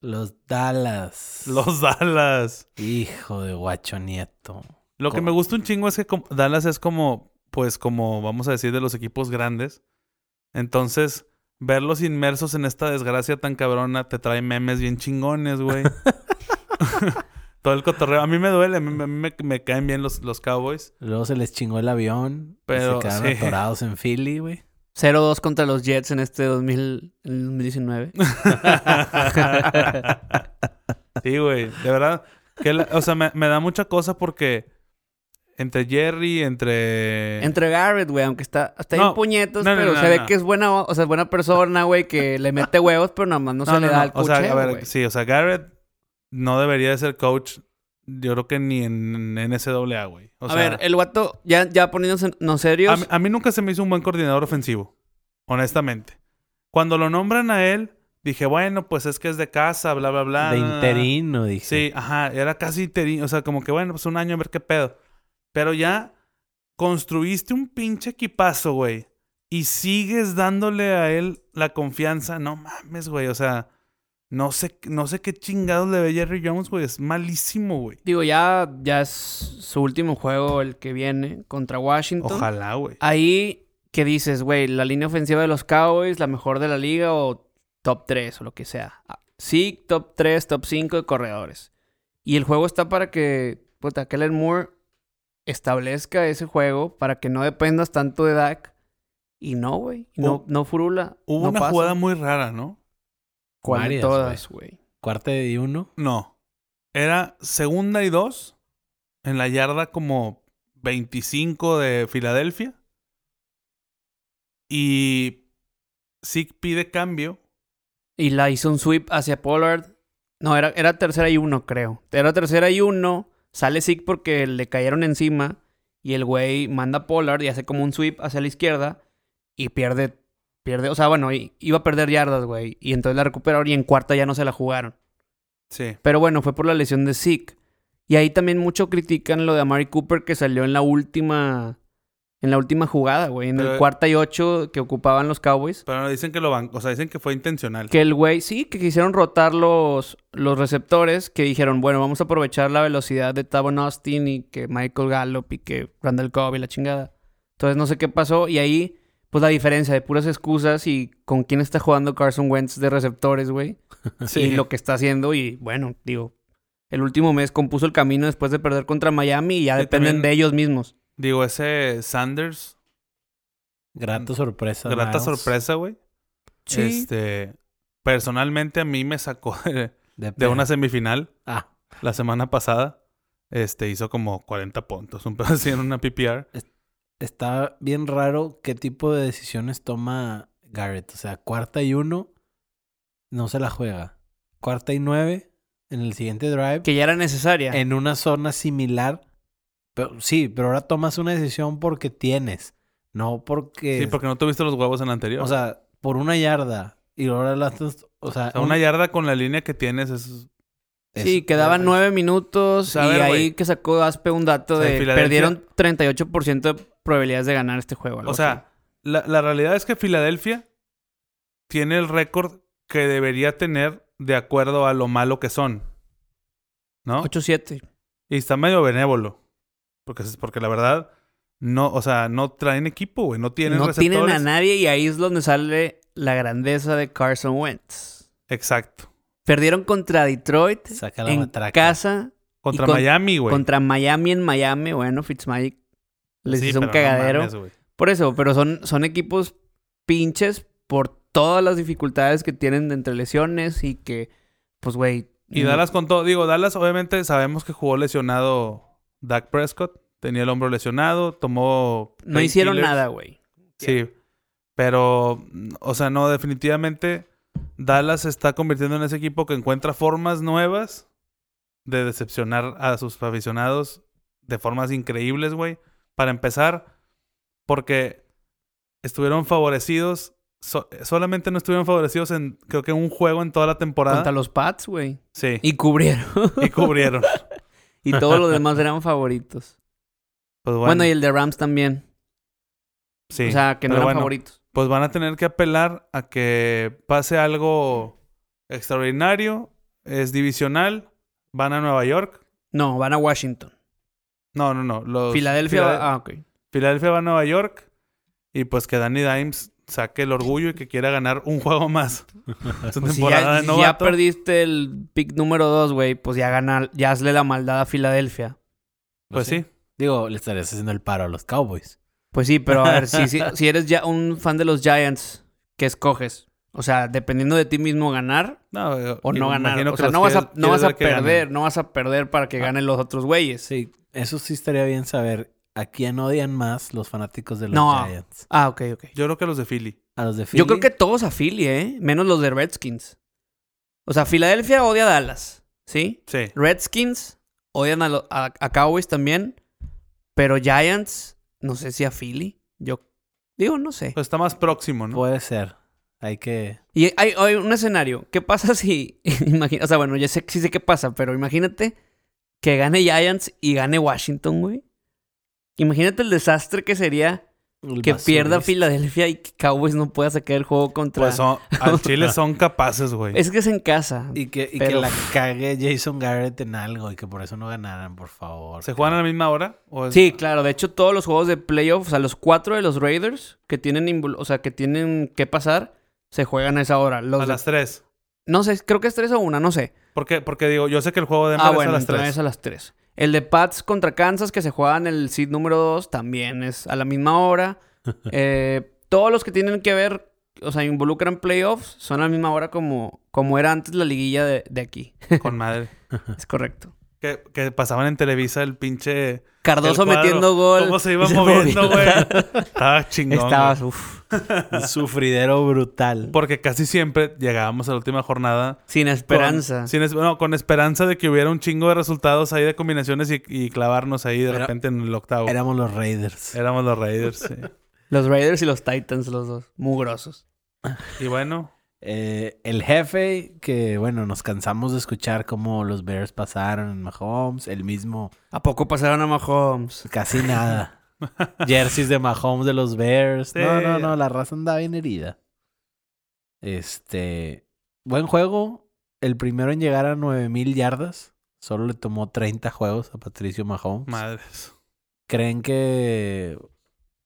Los Dallas. Los Dallas. Hijo de guacho nieto. Lo que Co- me gusta un chingo es que como- Dallas es como, pues como vamos a decir, de los equipos grandes. Entonces, verlos inmersos en esta desgracia tan cabrona te trae memes bien chingones, güey. Todo el cotorreo. A mí me duele, a mí, a mí me, me caen bien los, los Cowboys. Luego se les chingó el avión. Pero, Pero, se quedaron sí. atorados en Philly, güey. 0-2 contra los Jets en este 2000, en 2019. sí, güey. De verdad. que la- o sea, me, me da mucha cosa porque entre Jerry, entre... Entre Garrett, güey, aunque está, está ahí No. en puñetos, No, no, pero no, se ve no. que es buena, o sea, es buena persona, güey, que le mete huevos, pero nada más no, se le da el O sea, a cucheo, ver, güey. sí, o sea, Garrett no debería de ser coach, yo creo que ni en NCAA, güey. O a sea, ver, el guato, ya, ya poniéndose no serios. a, mí- a mí nunca se me hizo un buen coordinador ofensivo, honestamente. Cuando lo nombran a él, dije, bueno, pues es que es de casa, bla, bla, bla. de na, na, na. interino, dije. Ah, Sí, ajá, era casi interino, o sea, como que bueno, pues un año a ver qué pedo. Pero ya construiste un pinche equipazo, güey, y sigues dándole a él la confianza, no mames, güey, o sea, no sé, no sé qué chingados le ve Jerry Jones, güey, es malísimo, güey. Digo, ya, ya es su último juego el que viene contra Washington. Ojalá, güey. Ahí, ¿qué dices, güey? La línea ofensiva de los Cowboys, la mejor de la liga o top 3 o lo que sea. Ah, Sí, top 3, top 5 de corredores. Y el juego está para que, puta, Kellen Moore establezca ese juego para que no dependas tanto de Dak. Y no, güey. y No, Hubo- no furula. Hubo no una pasa. jugada muy rara, ¿no? ¿Cuál de Varias, todas, güey? Cuarta y uno. No. Era segunda y dos en la yarda como 25 de Filadelfia. Y Zig pide cambio. Y la hizo un sweep hacia Pollard. No, era, era tercera y uno, creo. Era tercera y uno. Sale Zeke porque le cayeron encima. Y el güey manda a Pollard y hace como un sweep hacia la izquierda. Y pierde. pierde o sea, bueno, i- iba a perder yardas, güey. Y entonces la recuperaron y en cuarta ya no se la jugaron. Sí. Pero bueno, fue por la lesión de Zeke. Y ahí también mucho critican lo de Amari Cooper que salió en la última. En la última jugada, güey. En Pero- el cuarta y ocho que ocupaban los Cowboys. Pero dicen que lo van, o sea, dicen que fue intencional. Que el güey, sí, que quisieron rotar los, los receptores, que dijeron, bueno, vamos a aprovechar la velocidad de Tavon Austin y que Michael Gallup y que Randall Cobb y la chingada. Entonces no sé qué pasó y ahí, pues la diferencia de puras excusas y con quién está jugando Carson Wentz de receptores, güey. Y lo que está haciendo y bueno, digo, el último mes compuso el camino después de perder contra Miami y ya Y dependen también- de ellos mismos. Digo, ese Sanders, Grata sorpresa. grata Niles. sorpresa, güey. Este, personalmente a mí me sacó de, de pe- una semifinal Ah, la semana pasada. Este, hizo como 40 puntos, un pedo así en una PPR. está bien raro qué tipo de decisiones toma Garrett. O sea, cuarta y uno, no se la juega. Cuarta y nueve, en el siguiente drive, Que ya era necesaria. en una zona similar. Pero, sí, pero ahora tomas una decisión porque tienes, no porque... Sí, porque no tuviste los huevos en la anterior. O sea, por una yarda. Y ahora la estás... O sea, O sea, una yarda con la línea que tienes es Sí, quedaban nueve minutos O sea, a y ver, ahí güey. que sacó Aspe un dato O sea, de Filadelfia- perdieron 38% de probabilidades de ganar este juego. algo O sea, la, la realidad es que Filadelfia tiene el récord que debería tener de acuerdo a lo malo que son. ¿No? así. 8-7. Y está medio benévolo. Porque, es- porque la verdad, no, o sea, no traen equipo, güey. No tienen No receptores. tienen a nadie y ahí es donde sale la grandeza de Carson Wentz. Exacto. Perdieron contra Detroit Saca la en matraca. casa, Contra con- Miami, güey. contra Miami en Miami. Bueno, Fitzmagic les Sí, hizo un pero no cagadero. mames, güey. Por eso, pero son, son equipos pinches por todas las dificultades que tienen de entre lesiones y que, pues, güey. y no- Dallas contó. Digo, Dallas, obviamente, sabemos que jugó lesionado Dak Prescott. Tenía el hombro lesionado, tomó. No hicieron painkillers. nada, güey. Sí. Pero, mm, o sea, no, definitivamente Dallas se está convirtiendo en ese equipo que encuentra formas nuevas de decepcionar a sus aficionados de formas increíbles, güey. Para empezar, porque estuvieron favorecidos, so- solamente no estuvieron favorecidos en, creo que un juego en toda la temporada. Contra los Pats, güey. Sí, y, Y cubrieron. cubrieron. y todos los demás eran favoritos. Pues bueno, Bueno, y el de Rams también. sí. O sea, que no Pero eran bueno, favoritos. pues van a tener que apelar a que pase algo extraordinario. Es divisional. Van a Nueva York. No, van a Washington. No, no, no. Los Pues Filadelfia. Filade- Ah, ok. Filadelfia va a Nueva York. Y pues que Danny Dimes saque el orgullo y que quiera ganar un juego más. Su Pues si temporada de ya, si ya novato. perdiste el pick número 2, güey, pues ya gana, ya hazle la maldad a Filadelfia. Pues sí. Digo, le estarías haciendo el paro a los Cowboys. Pues sí, pero a ver, si, si, si eres ya un fan de los Giants, ¿qué escoges? O sea, dependiendo de ti mismo ganar No, eh, o no imagino ganar. que O sea, los no vas a, quieres- no vas quieres a ver que ganen. perder, no vas a perder para Ah. que ganen los otros güeyes. Sí, eso sí estaría bien saber a quién odian más los fanáticos de los No. Giants. Ah, ok, ok. Yo creo que los de Philly. A los de Yo Philly, creo que todos a Philly, ¿eh? Menos los de Redskins. O sea, Filadelfia odia a Dallas, ¿sí? Sí. Redskins odian a, lo- a- a Cowboys también, pero Giants, no sé si a Philly. Yo digo, no sé. Pues está más próximo, ¿no? puede ser. Hay que Y hay, hay un escenario. ¿Qué pasa si... imagina, o sea, bueno, ya sé, sí sé qué pasa, pero imagínate que gane Giants y gane Washington, güey. Imagínate el desastre que sería el que pierda basurista. Filadelfia y que Cowboys no pueda sacar el juego contra... Pues son, al Chile son capaces, güey. Es que es en casa. y que y Pero- que la cague Jason Garrett en algo y que por eso no ganaran, por favor. ¿Se juegan a la misma hora? ¿O es- Sí, claro. De hecho, todos los juegos de playoffs, o sea, los cuatro de los Raiders que tienen, invol- o sea, que tienen que pasar, se juegan a esa hora. Los A de- las 3. No sé, creo que es tres o una, no sé. Porque, porque digo, yo sé que el juego de Denver Ah, es bueno, a las entonces 3. es a las tres. El de Pats contra Kansas, que se juegan el seed número dos, también es a la misma hora. Eh, todos los que tienen que ver, o sea, involucran playoffs, son a la misma hora como, como era antes la liguilla de, de aquí. Con madre. Es correcto. Que, que pasaban en Televisa el pinche. Cardoso el cuadro. metiendo gol. ¿Cómo se y iba moviendo, movió. güey? Estaba chingón. Estabas, güey. uff, Un sufridero brutal. Porque casi siempre llegábamos a la última jornada. sin con- esperanza. sin es- no, con esperanza de que hubiera un chingo de resultados ahí de combinaciones y, y clavarnos ahí de Era- repente en el octavo. Éramos los Raiders. Éramos los Raiders, sí. Los Raiders y los Titans, los dos. Mugrosos. Y bueno, Eh, el jefe, que bueno, nos cansamos de escuchar cómo los Bears pasaron en Mahomes, el mismo, ¿A poco pasaron a Mahomes? casi nada. Jerseys de Mahomes de los Bears. No, no, Sí. no, la raza andaba bien herida. Este, buen juego. El primero en llegar a 9000 yardas. Solo le tomó 30 juegos a Patricio Mahomes. Madres. ¿Creen que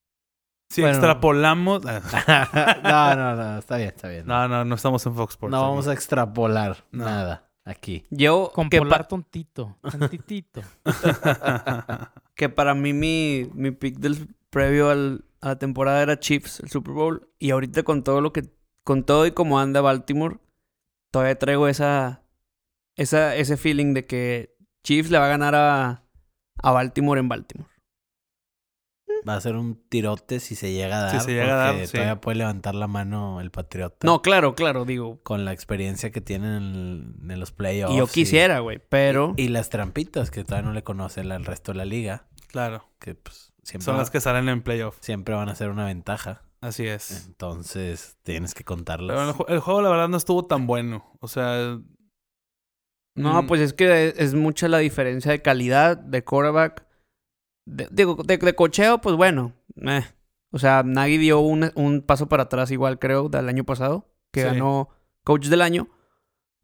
Si Bueno. extrapolamos. Ah, no, no, no, está bien, está bien. No, No, no, no estamos en Fox Sports. aquí. vamos a extrapolar No. nada aquí. Yo, Con que, polar pa- tontito. Tontitito. que para mí mi, mi pick del previo al- a la temporada era Chiefs, el Super Bowl. Y ahorita con todo lo que, con todo y cómo anda Baltimore, todavía traigo esa, esa, ese feeling de que Chiefs le va a ganar a, a Baltimore en Baltimore. Va a ser un tirote si se llega a dar. Si se llega a dar, porque sí. Todavía puede levantar la mano el patriota. No, claro, claro, digo. Con la experiencia que tienen en, en los playoffs. Y yo quisiera, güey, pero... Y, y las trampitas que todavía no le conoce la- al resto de la liga. Claro. Que pues siempre, Son va- las que salen en playoff. siempre van a ser una ventaja. Así es. Entonces tienes que contarlas. Pero el, ju- el juego, la verdad, no estuvo tan bueno. O sea. No, mm, pues es que es, es mucha la diferencia de calidad de quarterback. De- digo, de, de cocheo, pues bueno. eh. O sea, Nagy dio un, un paso para atrás igual, creo, del año pasado, que Sí. ganó Coach del Año.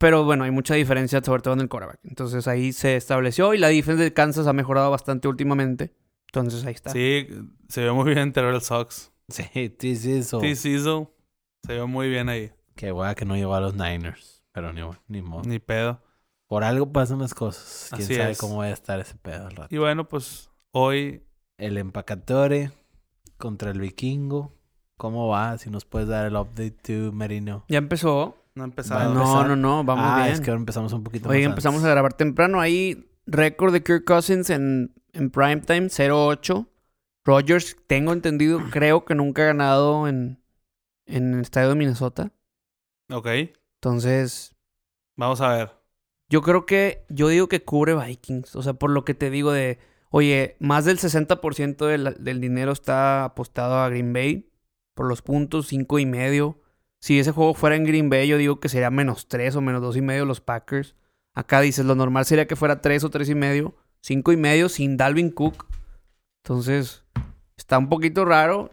Pero bueno, hay mucha diferencia, sobre todo en el quarterback. Entonces ahí se estableció y la defensa de Kansas ha mejorado bastante últimamente. Entonces ahí está. Sí, se vio muy bien Terrell Sox. Sí, this is all. T. Sizzle se vio muy bien ahí. Qué guay que no llegó a los Niners. Pero ni, ni modo. Ni pedo. Por algo pasan las cosas. Quién Así sabe es. cómo vaya a estar ese pedo al rato. Y bueno, pues hoy. El empacatore contra el vikingo. ¿Cómo va? Si nos puedes dar el update to Merino. Ya empezó. Ah, No Va a empezamos. no, empezar. no, no, vamos ah, bien. es que ahora empezamos un poquito Hoy más. empezamos a antes. grabar temprano. Ahí, récord de Kirk Cousins en, en primetime, 0-8. Rogers, tengo entendido, creo que nunca ha ganado en, en el estadio de Minnesota. Ok, Entonces, vamos a ver. yo creo que, yo digo que cubre Vikings. O sea, por lo que te digo de, oye, más del 60% de la- del dinero está apostado a Green Bay por los puntos, cinco y medio. Si ese juego fuera en Green Bay, yo digo que sería menos 3 o menos dos y medio los Packers. Acá dices, lo normal sería que fuera 3 o tres y medio, cinco y medio sin Dalvin Cook. Entonces, está un poquito raro.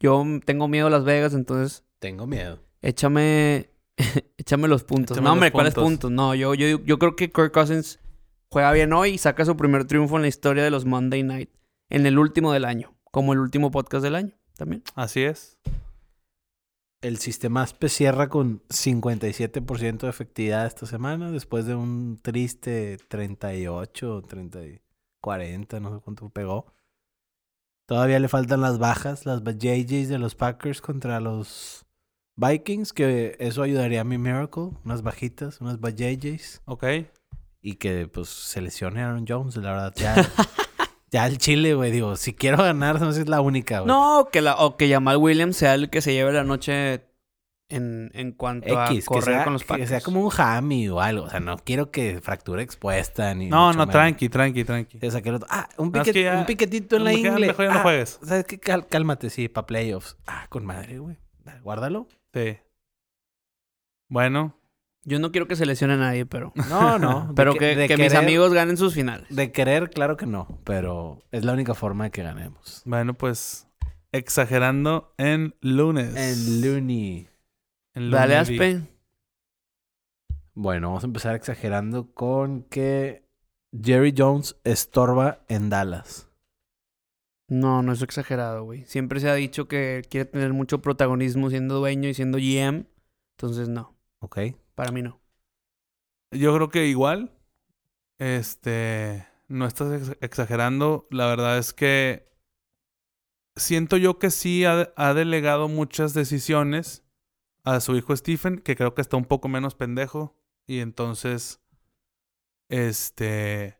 Yo tengo miedo a Las Vegas, entonces Tengo miedo. Échame. Échame los puntos. Échame no, los hombre, ¿cuáles puntos. puntos? No, yo, yo, yo creo que Kirk Cousins juega bien hoy y saca su primer triunfo en la historia de los Monday Night. En el último del año. Como el último podcast del año también. Así es. El sistema ASPE cierra con 57% de efectividad esta semana, después de un triste 38, 30, y 40, no sé cuánto pegó. Todavía le faltan las bajas, las ba- JJs de los Packers contra los Vikings, que eso ayudaría a mi Miracle, unas bajitas, unas ba- JJs. Ok. Y que pues se lesione Aaron Jones, la verdad. Ya, ya el Chile, güey, digo, si quiero ganar, no sé si es la única, güey. No, que la, o que Jamal Williams sea el que se lleve la noche en, en cuanto X, a que correr sea, con los que Packers. sea como un hammy o algo. O sea, no quiero que fractura expuesta ni. No, mucho no, menos. tranqui, tranqui, tranqui. O sea, que el otro- Ah, un, No, es piquet- que ya- un piquetito en la Mejor ya- ingle. mejor ya no Ah, juegues. ¿Sabes qué? Cal- cálmate, sí, para playoffs. Ah, con madre, güey. Guárdalo. Sí. Bueno, Yo no quiero que se lesione a nadie, pero. No, no. de Pero que, de que mis querer- amigos ganen sus finales. De querer, claro que no. Pero es la única forma de que ganemos. bueno, pues exagerando en lunes. El Looney. En lunes. Dale, Aspe. Bueno, vamos a empezar exagerando con que Jerry Jones estorba en Dallas. No, no es exagerado, güey. Siempre se ha dicho que quiere tener mucho protagonismo siendo dueño y siendo GM. Entonces, no, ¿Ok? para mí no. Yo creo que igual. Este. No estás ex- exagerando. La verdad es que. Siento yo que sí ha, ha delegado muchas decisiones a su hijo Stephen, que creo que está un poco menos pendejo. Y entonces. Este.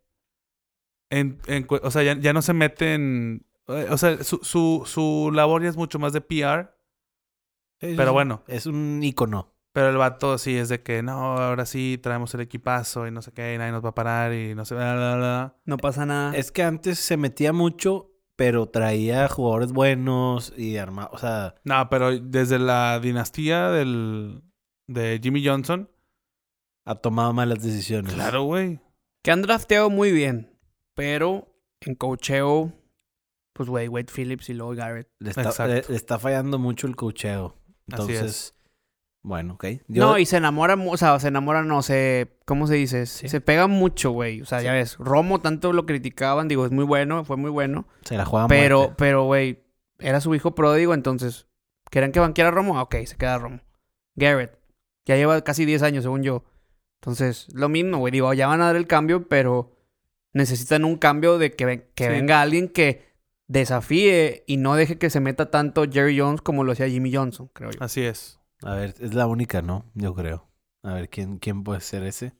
en- en cu- o sea, ya, ya no se mete en. eh, O sea, su, su, su labor ya es mucho más de PR. Pero bueno. Es un icono. Pero el vato sí es de que no, ahora sí traemos el equipazo y no sé qué, y nadie nos va a parar y no sé, bla, bla, bla. No pasa nada. Es que antes se metía mucho, pero traía jugadores buenos y armados. O sea, No, pero desde la dinastía del, de Jimmy Johnson. Ha tomado malas decisiones. Claro, güey. Que han drafteado muy bien, pero en cocheo, pues, güey, Wade Phillips y luego Garrett. Le está, Exacto. le- le está fallando mucho el cocheo. Así Entonces, es. bueno, ok. No, y se enamora, mu- o sea, se enamora, no, se, ¿cómo se dice? Se pega mucho, güey. O sea, ya ves, Romo tanto lo criticaban, digo, es muy bueno, fue muy bueno. se la juega a pero, muerte. pero, güey, era su hijo pródigo, entonces, ¿querían que banqueara a Romo? Ah, Ok, se queda Romo. Garrett, ya lleva casi 10 años, según yo. Entonces, lo mismo, güey, digo, ya van a dar el cambio, pero necesitan un cambio de que, ven- que Sí. venga alguien que desafíe y no deje que se meta tanto Jerry Jones como lo hacía Jimmy Johnson, creo yo. Así es. A ver, es la única, ¿no? Yo creo. A ver, ¿quién, quién puede ser ese?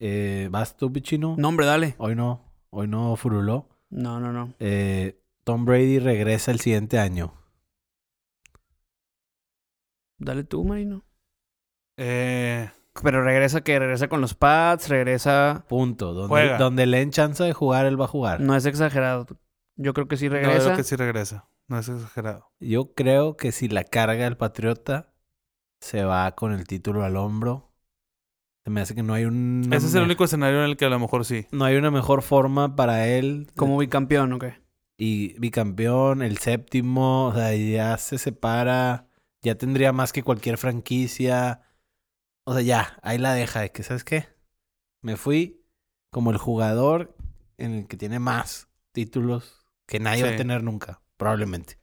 Eh, ¿Vas tú, Pichino? No, hombre, dale. Hoy no. Hoy no furuló. No, no, no. Eh, Tom Brady regresa el siguiente año. Dale tú, Marino. Eh, Pero regresa que regresa con los pads, regresa. Punto. Donde, Juega. donde le den chance de jugar, él va a jugar. No es exagerado. Yo creo que sí no, yo regresa. creo que sí regresa. No es exagerado. Yo creo que si la carga el Patriota, se va con el título al hombro. Se me hace que no hay un... Ese es el único escenario en el que a lo mejor sí. No hay una mejor forma para él. Como bicampeón, ¿o qué? Y bicampeón, el séptimo, o sea, ya se separa. Ya tendría más que cualquier franquicia. O sea, ya, ahí la deja. De que, ¿sabes qué? Me fui como el jugador en el que tiene más títulos que nadie va a Sí. tener nunca, probablemente.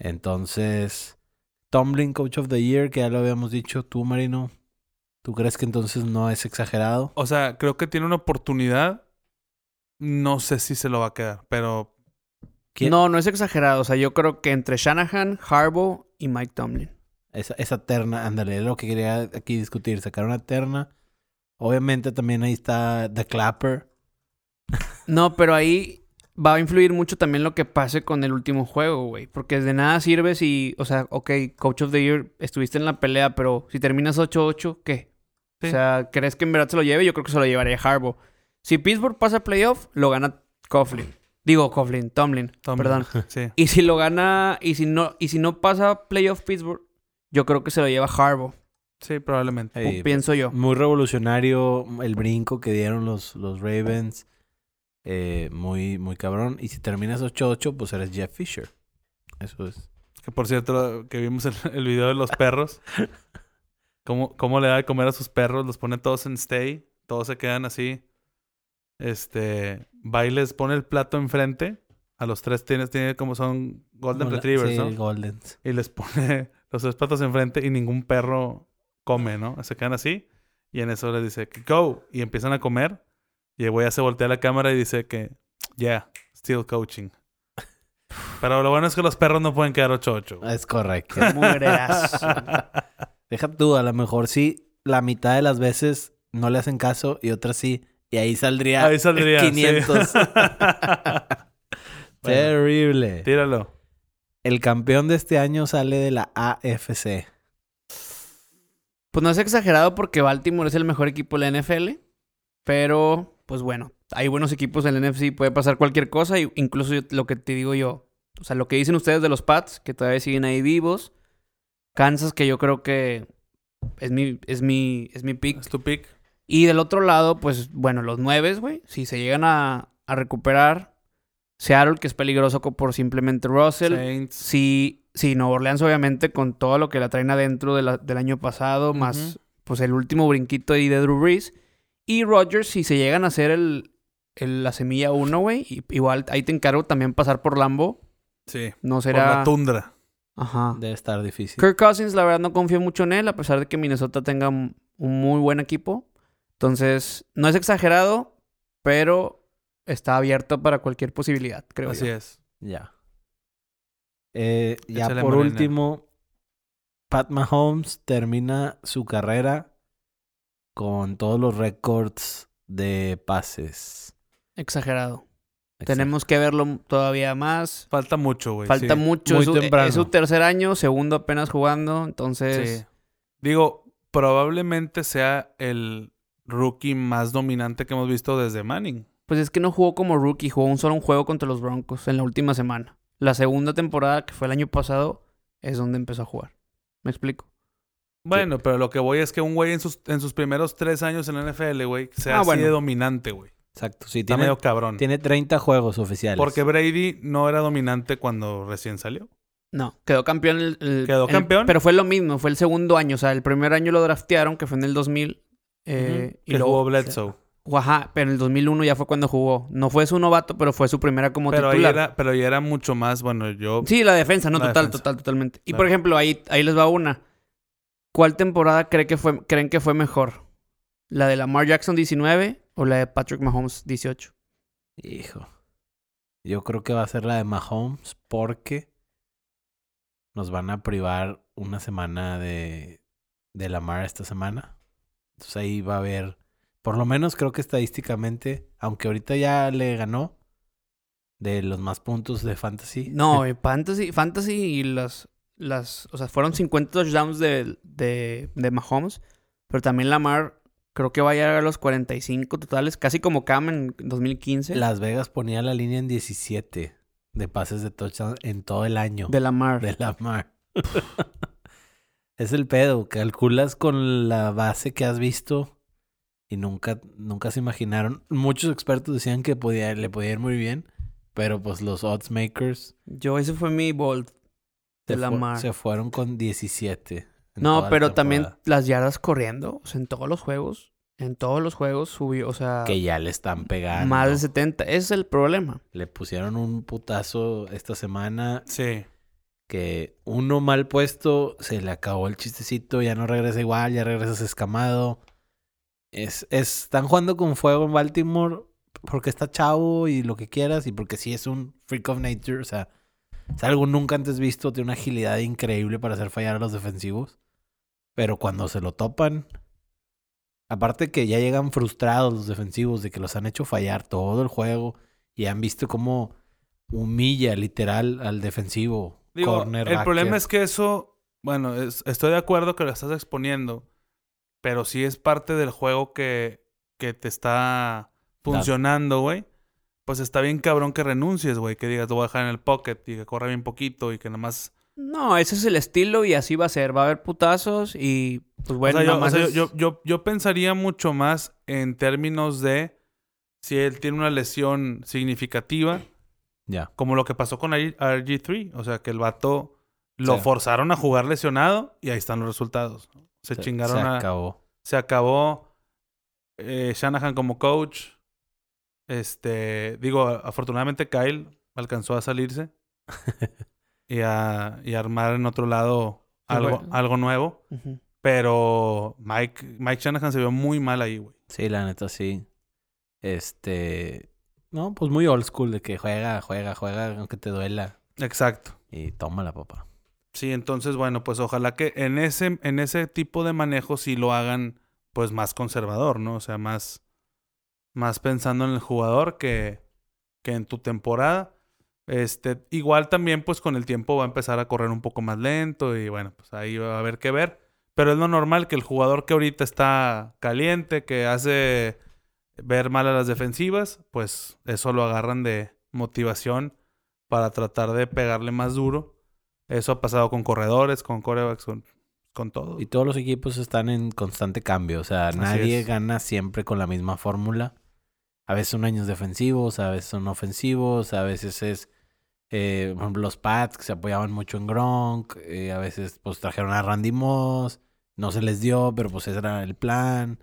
Entonces, Tomlin, Coach of the Year, que ya lo habíamos dicho, tú, Marino, ¿tú crees que entonces no es exagerado? O sea, creo que tiene una oportunidad. No sé si se lo va a quedar, pero ¿Quién- No, no es exagerado. O sea, yo creo que entre Shanahan, Harbaugh y Mike Tomlin. Esa, esa terna, ándale, es lo que quería aquí discutir, sacar una terna. Obviamente también ahí está The Clapper. No, pero ahí va a influir mucho también lo que pase con el último juego, güey. Porque de nada sirve si, o sea, ok, Coach of the Year, estuviste en la pelea, pero si terminas 8-8, ¿qué? Sí. O sea, ¿crees que en verdad se lo lleve? Yo creo que se lo llevaría Harbaugh. Si Pittsburgh pasa a playoff, lo gana Coughlin. Digo, Coughlin, Tomlin, Tomlin. perdón. sí. Y si lo gana, y si no, y si no pasa a playoff Pittsburgh, yo creo que se lo lleva Harbaugh, Sí, pues, probablemente. Ey, pienso yo. muy revolucionario el brinco que dieron los, los Ravens. Eh, muy, muy cabrón. Y si terminas 8-8, pues eres Jeff Fisher. Eso es. Que por cierto, que vimos el, el video de los perros. Cómo, cómo le da de comer a sus perros. Los pone todos en stay. Todos se quedan así. Este. Bailes pone el plato enfrente. A los tres tienes, tiene como son Golden Como la- Retrievers, sí, ¿no? Goldens. y les pone los tres patos enfrente y ningún perro come, ¿no? Se quedan así y en eso les dice que go y empiezan a comer y el güey ya se voltea a la cámara y dice que yeah, still coaching. Pero lo bueno es que los perros no pueden quedar 8-8. Es correcto. Mugrerazo. Deja tú, a lo mejor sí, la mitad de las veces no le hacen caso y otras sí. Y ahí saldría, Ahí saldría, sí. 500. Bueno, Terrible. tíralo. El campeón de este año sale de la AFC. Pues no es exagerado porque Baltimore es el mejor equipo de la NFL, pero pues bueno, hay buenos equipos en la NFC, puede pasar cualquier cosa, y incluso yo- lo que te digo yo, o sea, lo que dicen ustedes de los Pats, que todavía siguen ahí vivos, Kansas, que yo creo que es mi, es mi, es mi pick. Es tu pick. Y del otro lado, pues bueno, los nueves, güey, si se llegan a, a recuperar, Seattle, que es peligroso co- por simplemente Russell, Saints. Sí, sí, Nueva Orleans obviamente con todo lo que la traen adentro de la- del año pasado, más Ujú. pues el último brinquito ahí de Drew Brees. Y Rodgers, si se llegan a hacer el, el- la semilla 1, güey, y- igual ahí te encargo también pasar por Lambo. Sí. No Por será... la tundra. Ah. Ajá. Debe estar difícil. Kirk Cousins, la verdad, no confío mucho en él, a pesar de que Minnesota tenga un un muy buen equipo. Entonces, no es exagerado, pero está abierto para cualquier posibilidad, creo Así yo. es. Ya. Eh, ya Échale, por Morena. último, Pat Mahomes termina su carrera con todos los récords de pases. Exagerado. Tenemos que verlo todavía más. Falta mucho, güey. Falta Pues sí. mucho. muy Es su, temprano. es su tercer año, segundo apenas jugando. Entonces, Sí. Digo, probablemente sea el rookie más dominante que hemos visto desde Manning. pues es que no jugó como rookie. Jugó un solo un juego contra los Broncos en la última semana. La segunda temporada, que fue el año pasado, es donde empezó a jugar. ¿Me explico? Bueno, pero lo que voy es que un güey en sus, en sus primeros tres años en la NFL, güey, sea Ah, así bueno. de dominante, güey. Exacto, sí, Está tiene, medio cabrón. tiene 30 juegos oficiales. Porque Brady no era dominante cuando recién salió. No, quedó campeón. El, el- Quedó el- campeón. Pero fue lo mismo, fue el segundo año. O sea, el primer año lo draftearon, que fue en el 2000. eh, Ujú. y que luego, jugó Bledsoe. Ajá, pero en el 2001 ya fue cuando jugó. No fue su novato, pero fue su primera como pero, ahí titular. era, pero ahí era mucho más, bueno, yo... Sí, la defensa, no, La total, defensa. total, totalmente. Y Claro. por ejemplo, ahí, ahí les va una. ¿Cuál temporada cree que fue, creen que fue mejor? ¿La de Lamar Jackson 19 o la de Patrick Mahomes 18? Hijo. Yo creo que va a ser la de Mahomes porque nos van a privar una semana de, de Lamar esta semana. Entonces ahí va a haber, por lo menos creo que estadísticamente, aunque ahorita ya le ganó de los más puntos de fantasy. No, eh, Fantasy, Fantasy y las, las. O sea, fueron 50 touchdowns de, de, de Mahomes. Pero también Lamar, creo que va a llegar a los 45 totales, casi como Cam en 2015. Las Vegas ponía la línea en 17 de pases de touchdown en todo el año. de Lamar. De la mar. es el pedo. Calculas con la base que has visto y nunca, nunca se imaginaron. Muchos expertos decían que podía, le podía ir muy bien, pero pues los odds makers Yo, ese fue mi bold. se, De la fu- mar. se fueron con 17. en toda No, la pero también temporada, las yardas corriendo. O sea, en todos los juegos. En todos los juegos subió, o sea, Que ya le están pegando. más de 70. Ese es el problema. Le pusieron un putazo esta semana Sí. que uno mal puesto se le acabó el chistecito, ya no regresa igual, ya regresas escamado. Es, es- están jugando con fuego en Baltimore porque está chavo y lo que quieras y porque sí es un freak of nature, o sea, es algo nunca antes visto, tiene una agilidad increíble para hacer fallar a los defensivos, pero cuando se lo topan, aparte que ya llegan frustrados los defensivos de que los han hecho fallar todo el juego y han visto cómo humilla literal al defensivo. Digo, cornerback, el problema que- es que eso, bueno, es- estoy de acuerdo que lo estás exponiendo, pero sí es parte del juego que, que te está funcionando, güey. Pues está bien cabrón que renuncies, güey, que digas, te voy a dejar en el pocket y que corra bien poquito y que nada más... No, ese es el estilo y así va a ser. Va a haber putazos y pues O bueno, sea, yo, nada o más sea, es- yo- yo- yo- yo pensaría mucho más en términos de si él tiene una lesión significativa, Ya. como lo que pasó con R- RG3, o sea, que el vato lo Sí. forzaron a jugar lesionado y ahí están los resultados. Se, chingaron se a... acabó. se acabó eh, Shanahan como coach. Este, digo, afortunadamente Kyle alcanzó a salirse y a, y a armar en otro lado Qué algo, bueno. algo nuevo. Ujú. Pero Mike, Mike Shanahan se vio muy mal ahí, güey. Sí, la neta, sí. Este. No, pues muy old school de que juega, juega, juega, aunque te duela. Exacto. Y toma la papá. Sí, entonces, bueno, pues ojalá que en ese, en ese tipo de manejo sí lo hagan, pues, más conservador, ¿no? O sea, más, más pensando en el jugador que, que en tu temporada. Este, igual también, pues, con el tiempo va a empezar a correr un poco más lento y, bueno, pues ahí va a haber que ver. Pero es lo normal que el jugador que ahorita está caliente, que hace ver mal a las defensivas, pues eso lo agarran de motivación para tratar de pegarle más duro. Eso ha pasado con corredores, con corebacks, con, con todo. Y todos los equipos están en constante cambio. O sea, Así nadie es. gana siempre con la misma fórmula. A veces son años defensivos, a veces son ofensivos, a veces es. eh, por ejemplo, los Pats que se apoyaban mucho en Gronk. eh, a veces, pues trajeron a Randy Moss. No se les dio, pero pues ese era el plan.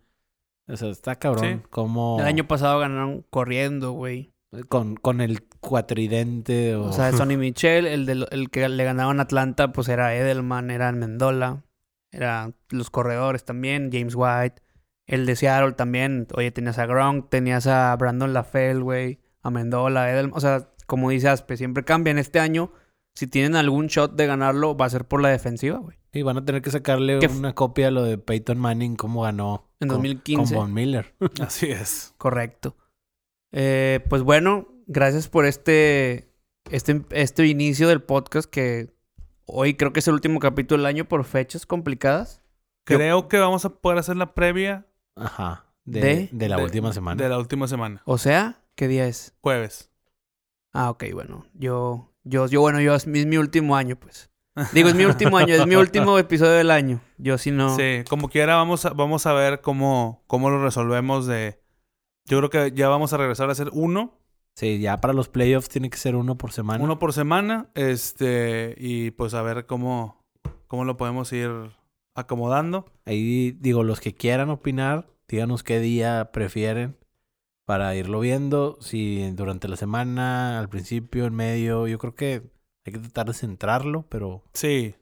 O sea, está cabrón. Sí. Como. El año pasado ganaron corriendo, güey. Con, con el cuatridente o... O sea, Sonny Michel, el, de lo- el que le ganaban a Atlanta, pues era Edelman, era Mendola, eran los corredores también, James White, el de Seattle también. Oye, tenías a Gronk, tenías a Brandon LaFell, güey, a Mendola, Edelman. O sea, como dice Aspe, siempre cambian. Este año, si tienen algún shot de ganarlo, va a ser por la defensiva, güey. y van a tener que sacarle Que f- una copia a lo de Peyton Manning, cómo ganó En con- 2015. Con Von Miller. Así es. Correcto. Eh, pues bueno, gracias por este, este, este inicio del podcast que hoy creo que es el último capítulo del año por fechas complicadas. Yo- Creo que vamos a poder hacer la previa Ajá. De, ¿De? de la de- última semana. de la última semana, O sea, ¿qué día es? jueves. Ah, ok, bueno. Yo, yo, yo bueno, yo es mi, es mi último año, pues. Digo, es mi último año, es mi último episodio del año. Yo si Ah. no... Sí, como quiera, vamos a, vamos a ver cómo, cómo lo resolvemos de... Yo creo que ya vamos a regresar a hacer uno, Sí, ya para los playoffs tiene que ser uno por semana. uno por semana, este, y pues a ver cómo, cómo lo podemos ir acomodando. Ahí digo, los que quieran opinar, díganos qué día prefieren para irlo viendo. Si durante la semana, al principio, en medio, yo creo que hay que tratar de centrarlo, pero, Sí,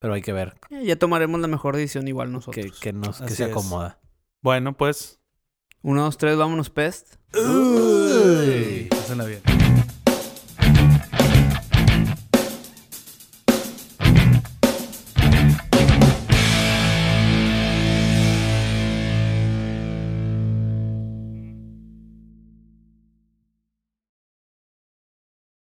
pero hay que ver Eh, Ya tomaremos la mejor decisión igual nosotros. que, que nos, que Así se es. acomoda. bueno, pues, Uno, dos, tres, vámonos, pest. pásenla bien.